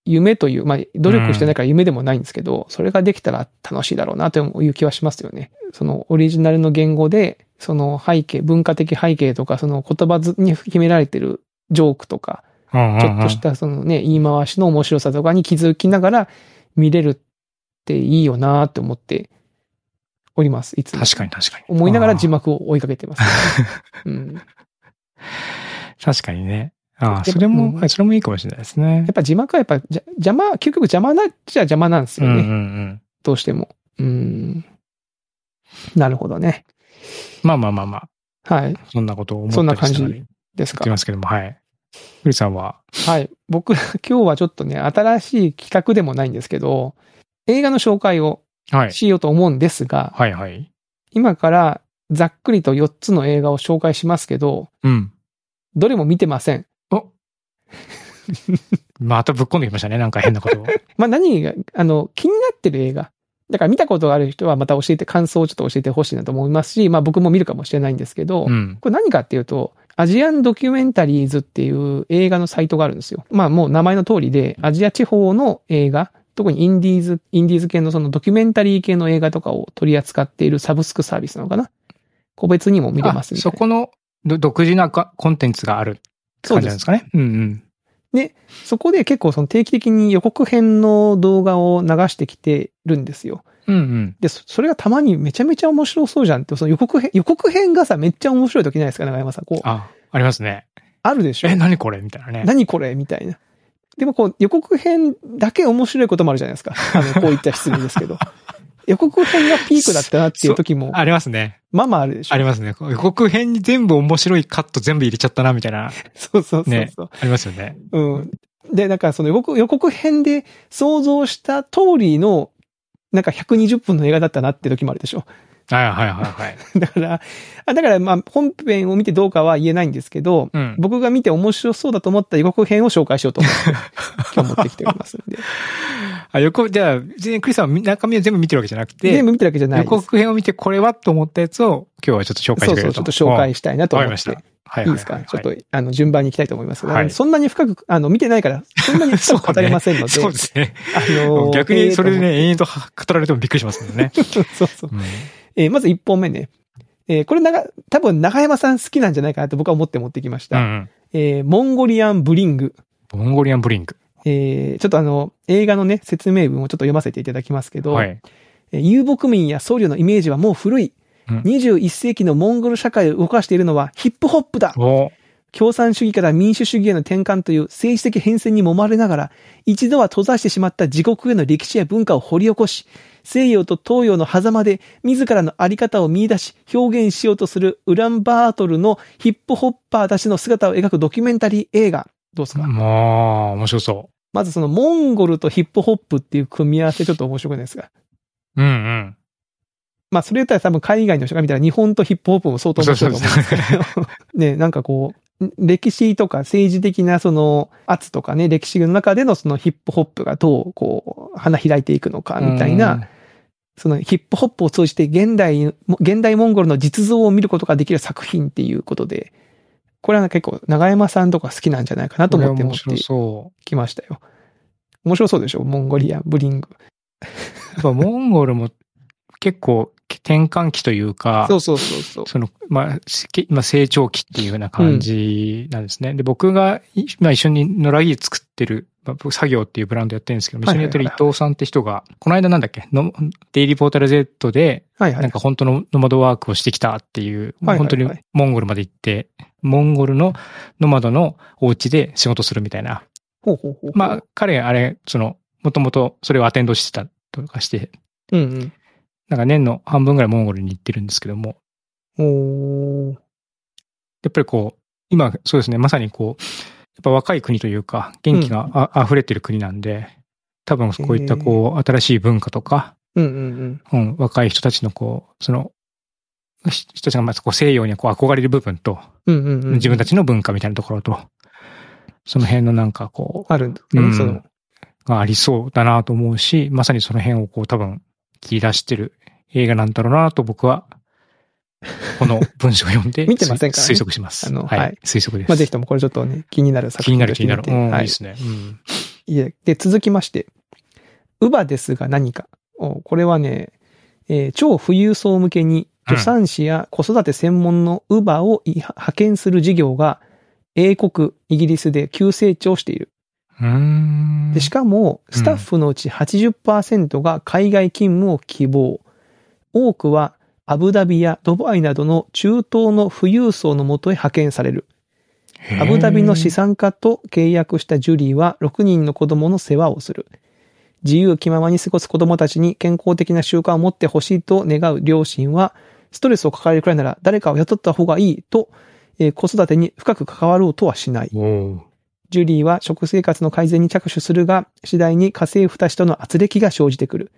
B: 夢という、まあ、努力してないから夢でもないんですけど、それができたら楽しいだろうなという気はしますよね。そのオリジナルの言語で、その背景、文化的背景とか、その言葉ずに決められてるジョークとか、
A: ちょ
B: ちょっとしたそのね、言い回しの面白さとかに気づきながら見れるっていいよなって思っております、いつも。
A: 確かに確かに。
B: 思いながら字
A: 分
B: 幕を追いかけ てます、うん。や
A: 確かにね。ああ、
B: でも
A: それも、
B: うん
A: はいそれもいいかもしれないですね
B: っ。ぱ字幕はやっぱじゃ邪魔、究極邪魔なっちゃ邪魔なんです
A: う
B: よ
A: んうんう
B: ね。
A: ん。
B: どうしても。うん。なるほどね。
A: まあまあまあまあ、
B: はい。
A: そんなことを思った
B: そんな
A: りしなが
B: 感
A: ら
B: じ
A: や
B: です
A: って
B: か。
A: ますけども、はい。栗さんは、
B: はい。僕、今日はちょっとね、新しい企画でもないんですけど、映画の紹介を
A: はい。
B: しようと思うんですが、
A: はいはい。
B: 今からざっくりと4つの映画を紹介しますけど、
A: うん。
B: どれも見てません。
A: おまたぶっこんできましたね。なんか変な ことを。
B: まあ、何が、あの、気になってる映画。だから見たことがある人はまた教えて、感想をちょっと教えてほしいなと思いますし、まあ僕も見るかもしれないんですけど、
A: うん。
B: これ何かっていうと、アジアンドキュメンタリーズっていう映画のサイトがあるんですよ。まあもう名前の通りで、アジア地方の映画、特にインディーズ、インディーズ系のそのドキュメンタリー系の映画とかを取り扱っているサブスクサービスなのかな個別にも見れま
A: あ
B: すみた
A: そ
B: いな。
A: このど独自なかコンテンツがあるって感じなんですかね。うんうん。
B: そこで結構その定期的に予告編の動画を流してきてるんですよ。
A: うんうん。
B: で、そそれがたまにめちゃめちゃ面白そうじゃんって、その予告編、予告編がさ、めっちゃ面白い時ないですか、長山さん。こう、あ
A: あ、ありますね。
B: るでしょ
A: え、何これみたいなね。
B: 何これみたいな。でもこう、予告編だけ面白いこともあるじゃないですか。あの、こういった質問ですけ ど。予告編がピークだったなっていう時も、
A: ありますね。
B: まあまああるでしょ
A: あ。りますね。こう予告編に全部面白いカット全部入れちゃったな、みたいな。
B: そうそうそうそう。
A: ありますよね。
B: うん。で、なんかその予告予告編で想像した通りの、なんか120分の映画だったなって時もあるでしょ。
A: はいはいはいはい。
B: だから、あだからまあ本編を見てどうかは言えないんですけど、
A: うん。
B: 僕が見て面白そうだと思った予告編を紹介しようと思って、 今日持ってきておりますんで。
A: あ、予告、じゃあ、全然クリスさんは中身を全部見てるわけじゃなくて、
B: 全部見てるわけじゃない
A: 予
B: です。
A: 告編を見てこれはと思ったやつを今日はちょっと紹介して
B: そう
A: くれ
B: そう、
A: る
B: ちょっと紹介したいなと
A: わか
B: 思
A: り
B: っ。
A: ましてた。はいはいはい
B: いですかちょっと
A: はい、
B: あの、順番に行きたいと思いますが、
A: はい
B: そんなに深く、あの、見てないから、そんなに深く語れませんので、
A: そうですね。
B: あ の、
A: 逆にそれで
B: えー
A: ね、延々と語られてもびっくりしますもん ね。
B: と思って。そうそう。
A: うん
B: えーまず1本目ね。えーこれなが、多分長山さん好きなんじゃないかなと僕は思って持ってきまし
A: う
B: た。
A: ん
B: えーモンゴリアンブリング。
A: うん。モンゴリアンブリンク。
B: えーちょっとあの、映画のね、説明文をちょっと読ませていただきますけど、
A: はい。
B: えー遊牧民や僧侶のイメージはもう古い。
A: うん
B: 21世紀のモンゴル社会を動かしているのはヒップホップだ
A: お
B: 共産主義から民主主義への転換という政治的変遷に揉まれながら、一度は閉ざしてしまった自国への歴史や文化を掘り起こし、西洋と東洋の狭間で自らの在り方を見出し、表現しようとするウランバートルのヒップホッパーたちの姿を描くドキュメンタリー映画。どうですか、
A: まあ、面白そ
B: まずそのモンゴルとヒップホップっていう組み合わせちょっと面白くないですか
A: う。うん
B: まあ、それ言ったら多分海外の人が見たら日本とヒップホップも相当面白いと思うんですけど。ね、なんかこう、ん歴史とか政治的なその圧とかね、歴史の中でのそのヒップホップがどうこう、花開いていくのか
A: うん。
B: みたいな、。そのヒップホップを通じて現代、現代モンゴルの実像を見ることができる作品っていうことで、これは結構長山さんとか好きなんじゃないかなと
A: これは
B: 思って持
A: 面
B: って
A: 白そう。
B: きましたよ。面白そうでしょモンゴリアン、ブリング。
A: やっぱモンゴルも結構転換期というか、
B: そうそうそうそう。
A: その、まあ、しけまあ、成長期っていうような感じなんですね。で、僕がい、まあ、一緒に野良木作ってる、まあ、僕、作業っていうブランドやってるんですけど、
B: は
A: 一緒
B: いは
A: に
B: いはい
A: やってる伊藤さんって人が、この間なんだっけ、のデイリーポータル Z で、
B: はいはい。
A: なんか本当のノマドワークをしてきたっていう、
B: はいはいはい
A: 本当にモンゴルまで行って、モンゴルのノマドのお家で仕事するみたいな。
B: ほうほうほう。
A: まあ、、彼、あれ、その、もともとそれをアテンドしてたとかして、
B: うん
A: なんか年の半分ぐらいモンゴルに行ってるんですけども、
B: うん。おー。
A: やっぱりこう、今、そうですね、まさにこう、やっぱ若い国というか、元気があ、溢れてる国なんで、多分こういったこう、新しい文化とか、
B: うんうんうん。
A: うん、若い人たちのこう、その、ひ人たちがまずこう西洋にこう憧れる部分と、
B: うんうんうん。
A: 自分たちの文化みたいなところと、その辺のなんかこ
B: あるんですかね、
A: うん
B: その。
A: う、がありそうだなと思うし、まさにその辺をこう多分切り出してる映画なんだろうなと僕は、この文章を読んで、
B: 見てませんからね
A: 推測します。
B: あの
A: はい、
B: はい
A: 推測です。
B: まあ、ぜひともこれちょっとね、気になる作
A: 気に
B: 品
A: な
B: と
A: る
B: し
A: 気
B: て
A: になる。
B: 見て。
A: うん、い
B: はいい
A: で。すね。うん。
B: いえで、続きまして、乳母ですが何か。おこれはね、えー超富裕層向けに
A: うん
B: 助産師や子育て専門の乳母をい派遣する事業が、英国、イギリスで急成長している。
A: うーん。
B: でしかも、スタッフのうち80%が海外勤務を希望。多くは、アブダビやドバイなどの中東の富裕層のもとへ派遣される。
A: へー
B: アブダビの資産家と契約したジュリーは6人の子供の世話をする。自由気ままに過ごす子供たちに健康的な習慣を持ってほしいと願う両親は、ストレスを抱えるくらいなら誰かを雇った方がいいと、えー子育てに深く関わろうとはしない。
A: おー
B: ジュリーは食生活の改善に着手するが、次第に家政婦たちとの圧力が生じてくる。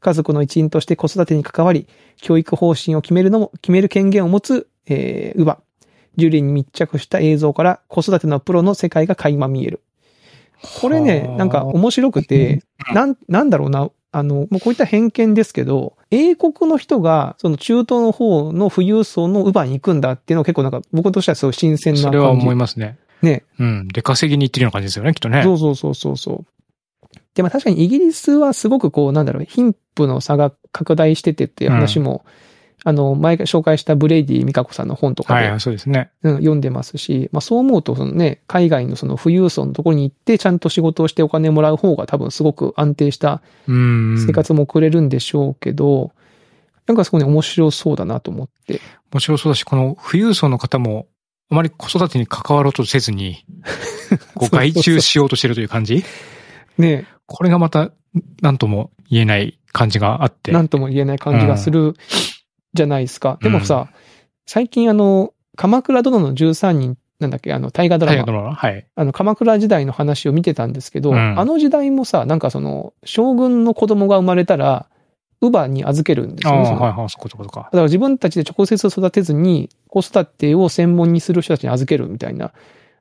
B: 家族の一員として子育てに関わり、教育方針を決めるのも、決める権限を持つ、えー、ウバ。ジュリーに密着した映像から子育てのプロの世界が垣間見える。これね
A: は、あ
B: なんか面白くて、なん、なんだろうな、あの、もうこういった偏見ですけど、英国の人が、その中東の方の富裕層のウバに行くんだっていうのは結構なんか僕としてはすごい新鮮な感じ。
A: それは思いますね。
B: ね。
A: うん。で、稼ぎに行ってるような感じですよね、きっとね。
B: そうそうそうそうそう。で、まあ確かにイギリスはすごくこう、なんだろう、貧富の差が拡大しててっていう話も、あの、前紹介したブレイディ・ミカコさんの本とか
A: は
B: で、
A: い、そうですね。
B: うん、読んでますし、まあそう思うと、そのね、海外のその富裕層のところに行って、ちゃんと仕事をしてお金もらう方が多分すごく安定した
A: うん。
B: 生活も送れるんでしょうけど、なんかそこに面白そうだなと思って。
A: もちろんそうだし、この富裕層の方も、あまり子育てに関わろうとせずに、 こう外注しようとしてるという感じ
B: ね、
A: これがまた、なんとも言えない感じがあって。
B: なんとも言えない感じがするじゃないです
A: う
B: か。
A: ん
B: でもさ、最近あの、鎌倉殿の13人、なんだっけ、あの、大河ド
A: は
B: ラ
A: い、
B: マ、
A: どうもはい。
B: あの、鎌倉時代の話を見てたんですけど、
A: うん
B: あの時代もさ、なんかその、将軍の子供が生まれたら、乳母に預けるんです
A: あ
B: よ
A: あ、
B: ね。その
A: はいはい、そこそこそこ。
B: だから自分たちで直接育てずに、子育てを専門にする人たちに預けるみたいな、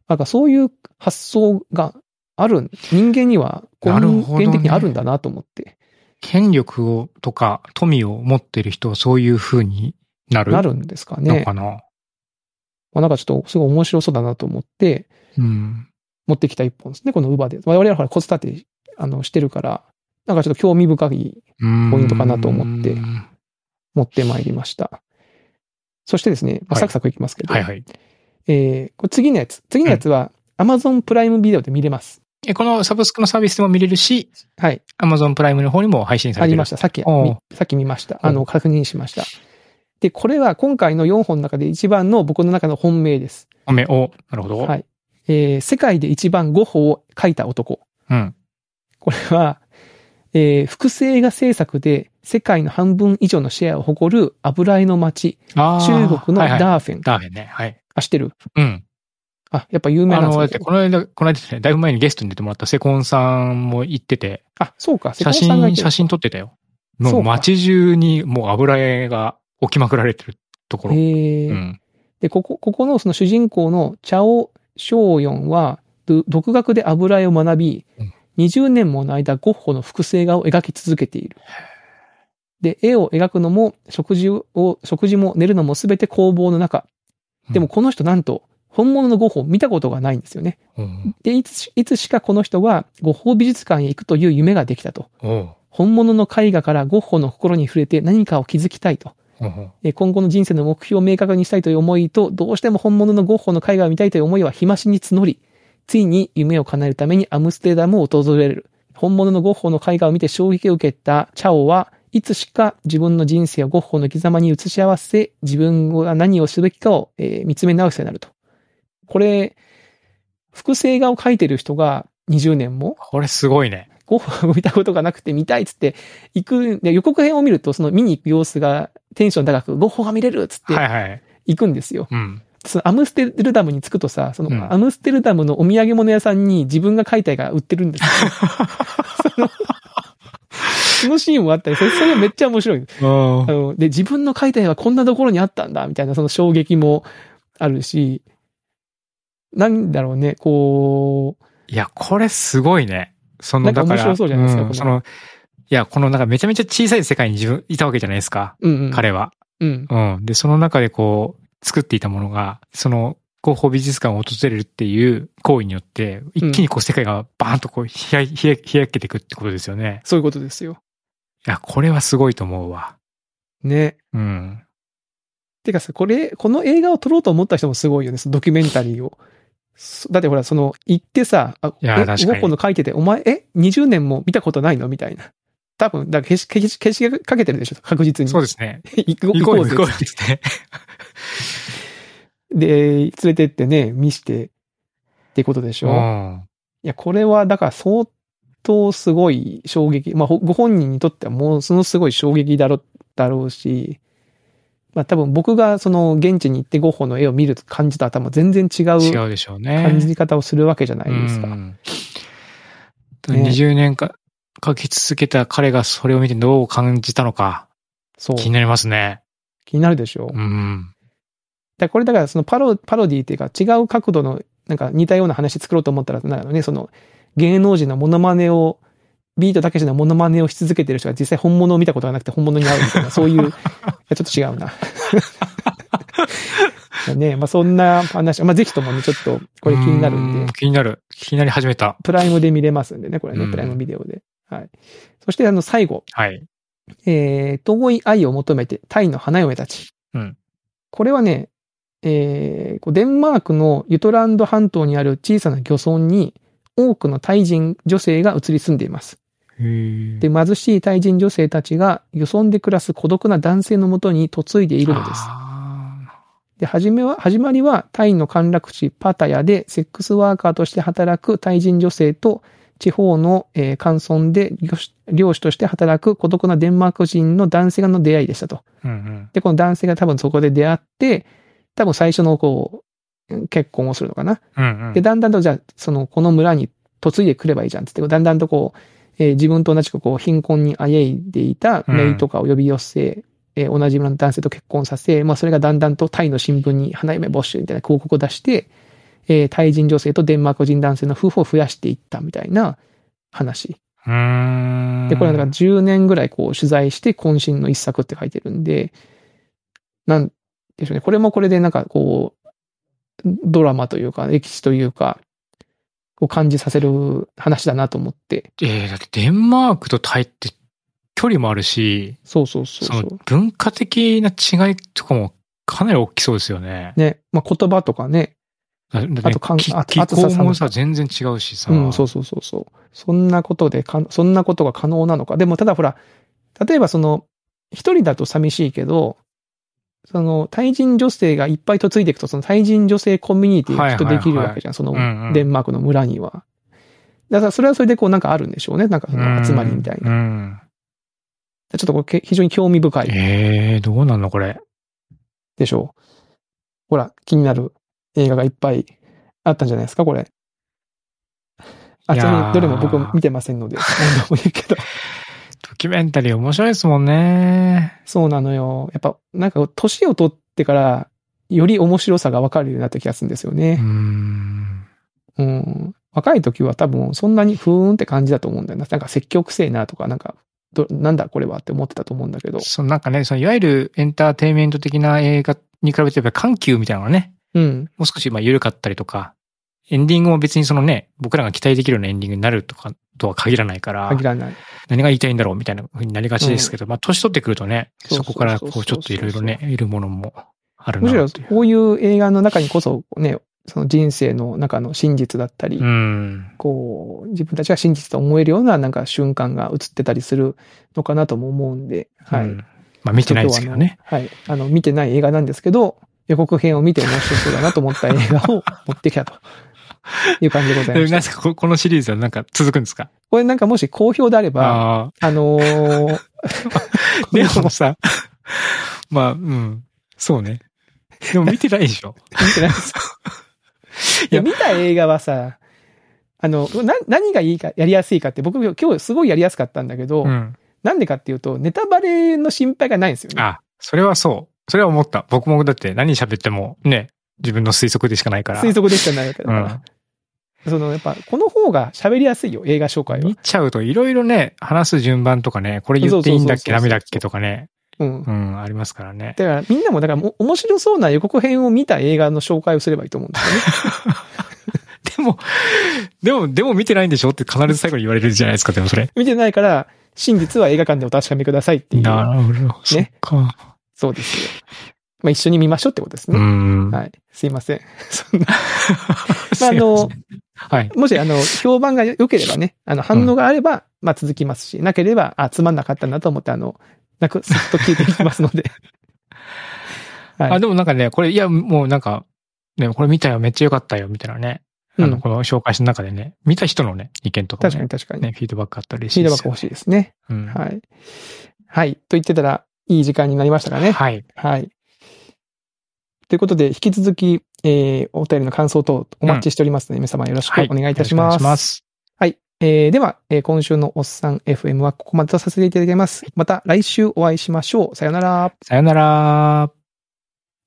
B: なんかそういう発想がある、人間には根
A: なるほどね
B: 源的にあるんだなと思って、
A: 権力を、とか、富を持ってる人はそういう風になる
B: なるんですかね。
A: のかな。
B: まあ、なんかちょっとすごい面白そうだなと思って、
A: うん。
B: 持ってきた一本ですね、この Uber で。我々はほら子育て、あの、してるから、なんかちょっと興味深い
A: ポ
B: ポイントかなと思って持ってまいりました。そしてですね、まあ
A: はい
B: サクサクいきますけど、
A: はいはい。
B: えーこれ次のやつ。次のやつは Amazon プライムビデオで見れます。
A: え、このサブスクのサービスでも見れるし、
B: はい。
A: Amazon プライムの方にも配信さ
B: あ
A: れて
B: り
A: る。
B: ました。さっき、
A: おう
B: みさっき見ました。あ
A: う
B: の、確認しました。で、これは今回の4本の中で一番の僕の中の本命です。
A: おめ、お、なるほど。
B: はいえー世界で一番ゴッホを描いた男。
A: うん。
B: これは、えー複製映画制作で世界の半分以上のシェアを誇る油絵の街、
A: あー
B: 中国の
A: はいはい
B: ダーフェン。
A: ダーフェンね。はい。
B: あ、知ってる
A: うん。
B: あ、やっぱ有名
A: あ
B: なん
A: の、だっ
B: です
A: て
B: ね。
A: この間、この間ですね、だいぶ前にゲストに出てもらったセコンさんも行ってて、
B: あ、そうか、瀬
A: 写
B: 古さんが
A: 真、
B: いて
A: 写
B: る
A: 真撮ってたよ。
B: そ
A: も
B: う
A: う
B: か
A: 街中にもう油絵が置きまくられてるところ。
B: へー
A: うん。
B: で、ここ、ここのその主人公のチャオ・ショウヨンは、ど独学で油絵を学び
A: うん、
B: 20年もの間ゴッホの複製画を描き続けている。で、絵を描くのも、食事を、食事も寝るのもすべて工房の中。でもこの人なんと、本物のゴッホを見たことがないんですよね。
A: うん
B: で、いつし、いつしかこの人は、ゴッホ美術館へ行くという夢ができたと。
A: おう
B: 本物の絵画からゴッホの心に触れて何かを築きたいと。
A: おう
B: えー今後の人生の目標を明確にしたいという思いと、どうしても本物のゴッホの絵画を見たいという思いは日増しに募り、ついに夢を叶えるためにアムステルダムを訪れる。本物のゴッホの絵画を見て衝撃を受けたチャオは、いつしか自分の人生をゴッホの生き様に移し合わせ、自分が何をすべきかを、えー見つめ直すようになると。これ、複製画を描いてる人が20年も、
A: これすごいね。
B: ゴッホを見たことがなくて見たいっつって、行く、で予告編を見ると、その見に行く様子がテンション高く、ゴッホが見れるっつって
A: はいはい。
B: 行くんですよ。
A: うん。
B: そのアムステルダムに着くとさ、そ
A: うん
B: のアムステルダムのお土産物屋さんに自分が描いた絵が売ってる んですよ。そのそのシーンもあったり、それそれめっちゃ面白い。
A: うん
B: あので、自分の描いた絵はこんなところにあったんだ、みたいなその衝撃もあるし、なんだろうね、こう、
A: いや、これすごいね。その、
B: なんか
A: だから、
B: 面白そうじゃないですか
A: う
B: こ
A: ん
B: の
A: その、いや、このなんかめちゃめちゃ小さい世界に自分いたわけじゃないですか。
B: うん、うん。。
A: 彼は。
B: うん。
A: うん。で、その中でこう、作っていたものが、その、ゴッホ美術館を訪れるっていう行為によって、一気にこう世界がバーンとこう開い、開開けていくってことですよね。
B: そういうことですよ。
A: いや、これはすごいと思うわ。
B: ね。
A: うん。
B: てかさ、これ、この映画を撮ろうと思った人もすごいよね、そのドキュメンタリーを。そだってほら、その、行ってさ、あ、
A: いや
B: え
A: 確かに
B: ゴッホの書いてて、お前、え ?20 年も見たことないのみたいな。多分、だから消し、消し、消しかけてるでしょ、確実に。
A: そうですね。
B: 行こう
A: 行
B: 行
A: こ
B: こ
A: う
B: う
A: よ
B: ぜ
A: 行こうよですね。
B: で、連れてってね、見して、ってことでし
A: う
B: ょ。い
A: ん。
B: や、これは、だから相当すごい衝撃。まあ、ほご本人にとってはもう、そのすごい衝撃だろ、だろうし、まあ多分僕がその現地に行ってゴッホの絵を見る感じとは多分全然違う
A: 違うでしょうね。
B: 感じ方をするわけじゃないですか。
A: うん
B: ね
A: 20年か、書き続けた彼がそれを見てどう感じたのか、
B: そう。
A: 気になりますね。
B: 気になるでしょう。
A: うん。
B: だからこれだからそのパロパロディっていうか違う角度のなんか似たような話作ろうと思ったら、なんだろうね、その芸能人のモノマネを、ビートたけしのモノマネをし続けてる人が実際本物を見たことがなくて本物に会うみ たいな、そういう、いやちょっと違うな。 ねまあそんな話、まあぜひともね、ちょっとこれ気になるん
A: う
B: で、
A: 気になる。気になり始めた。
B: プライムで見れますんでね、これ
A: う
B: ね、
A: ん
B: プライムビデオで。はい。そしてあの最後、
A: はい。
B: えー、遠い愛を求めて、タイの花嫁たち。
A: うん
B: これはね、えーこうデンマークのユトランド半島にある小さな漁村に、多くのタイ人女性が移り住んでいます。で、
A: で、
B: 貧しいタイ人女性たちが漁村で暮らす孤独な男性のもとに嫁いでいるのです。
A: あ
B: で、はじめは、始まりは、タイの陥落地パタヤでセックスワーカーとして働くタイ人女性と、地方の、えー、関村で漁師漁師として働く孤独なデンマーク人の男性がの出会いでしたと。
A: ーうん
B: で、この男性が多分そこで出会って、多分最初のこう、結婚をするのかな。
A: うん。うんうん
B: で、だんだんとじゃあ、その、この村に嫁いでくればいいじゃんっつって、だんだんとこう、えー自分と同じくこう、貧困にあえいでいたメイとかを呼び寄せ、えー同じ村の男性と結婚させ、まあ、それがだんだんとタイの新聞に花嫁募集みたいな広告を出して、えータイ人女性とデンマーク人男性の夫婦を増やしていったみたいな話。
A: うーん。
B: で、これはだから10年ぐらいこう取材して渾身の一作って書いてるんで、なんでしょうね。これもこれでなんかこう、ドラマというか、歴史というか、を感じさせる話だなと思って。
A: えーだってデンマークとタイって距離もあるし、
B: そうそうそう
A: そ
B: そう。
A: の文化的な違いとかもかなり大きそうですよね。
B: ね。まあ、言葉とかね、
A: だだって
B: あとかん
A: き
B: あと
A: 気
B: あとさ
A: 候もさ、全然違うしさ。
B: うん、そうそうそうそう。そんなことでか、そんなことが可能なのか。でも、ただほら、例えばその、一人だと寂しいけど、その、対人女性がいっぱい嫁いでいくと、その対人女性コミュニティがきっとできるわけじゃん。その
A: うんうん、
B: デンマークの村には。だから、それはそれでこう、なんかあるんでしょうね。なんかその集まりみたいな。
A: う
B: ち
A: ん。
B: ょっとこれけ非常に興味深い
A: ええどうなんのこれ。
B: でしょう。ほら、気になる映画がいっぱいあったんじゃないですか、これ。あ、
A: い
B: ち
A: やー
B: なみにどれも僕見てません ので、何度も言うけど。
A: ドキュメンタリー面白いですもんね。
B: そうなのよ。やっぱ、なんか、年を取ってから、より面白さが分かるようになった気がするんですよ
A: うー
B: ね。
A: ん。
B: うん。若い時は多分、そんなにふーんって感じだと思うんだよな。なんか、積極性なとか、なんか、どなんだこれはって思ってたと思うんだけど。
A: そう、なんかね、そのいわゆるエンターテインメント的な映画に比べて、やっぱり緩急みたいなのがね、
B: うん。
A: もう少しまあ緩かったりとか、エンディングも別にそのね、僕らが期待できるようなエンディングになるとか、とは限らないから、
B: 限らない。
A: 何が言いたいんだろうみたいな風になりがちですけど、まあ年取ってくるとね、
B: そうそ
A: そう
B: そう
A: こからこうちょっといろいろね、いるものもある
B: む
A: な
B: しろ
A: ってい、う。
B: こういう映画の中にこそ、ね、その人生の中の真実だったり、
A: うん。
B: こう、自分たちが真実と思えるような、なんか、瞬間が映ってたりするのかなとも思うんで、はい。
A: うんまあ見てないですけどね。
B: ちょっとあの。はい。あの、見てない映画なんですけど、予告編を見て面白そうだなと思 った映画を持ってきたという感じでござい
A: え
B: ま
A: なん
B: した。
A: ですかここのシリーズはなんか続くんですか
B: これなんかもし好評であれば、あ
A: ああ。
B: のー
A: でもさ、 まあ、うん。そうね。でも見てないでしょ。
B: 見てないです。い
A: い
B: や、
A: や
B: 見た映画はさ、あの、な、何がいいか、やりやすいかって、僕今日すごいやりやすかったんだけど、
A: うん。
B: なんでかっていうと、ネタバレの心配がないんですよね。
A: あ、それはそう。それは思った。僕もだって何喋ってもね、自分の推測でしかないから。
B: 推測でしかないわけだ
A: う
B: か
A: ん。
B: ら。その、やっぱ、この方が喋りやすいよ、映画紹介は
A: 見。ちゃうといろいろね、話す順番とかね、これ言っていいんだっけ、
B: そうそうそうそう
A: ダメだっけとかね。
B: うん。
A: うん、ありますからね。
B: だからみんなもだからも面白そうな予告編を見た映画の紹介をすればいいと思うんです よね。
A: でも、 でも、でも見てないんでしょって必ず最後に言われるじゃないですか、でもそれ。
B: 見てないから、真実は映画館でお確かめくださいっていう。
A: るほど。そっか。
B: そうですよ。まあ一緒に見ましょうってことです
A: う
B: ね。
A: ん。
B: はい。すいません。 そんな。まああ
A: すいませ
B: の
A: ん、はい。
B: もしあの、評判が良ければね、あの、反応があれば、まあ続きますし、なければ、あ、つまんなかったなと思って、あの、なく、すっと聞いていきます ので。はい
A: あ、でもなんかね、これ、いや、もうなんか、ね、これ見たよ、めっちゃ良かったよ、みたいなね。あ
B: う
A: の、
B: ん
A: この紹介した中でね、見た人のね、意見とか
B: 確か
A: も
B: に
A: ね、
B: 確かに。
A: ね、フィードバックあったら嬉
B: フ
A: し
B: ィ
A: い
B: ード
A: で
B: バ
A: す
B: ック
A: よ
B: 欲しいですね。
A: うん
B: はい。はい。と言ってたら、いい時間になりましたかね。
A: はい。
B: はい。ということで、引き続き、えー、お便りの感想等お待ちしておりますので、皆様よろしく
A: は
B: お願いいたします。
A: お願いします。
B: はい。えー、では、えー今週のおっさん FM はここまでとさせていただきます。また来週お会いしましょう。さよなら。
A: さよなら。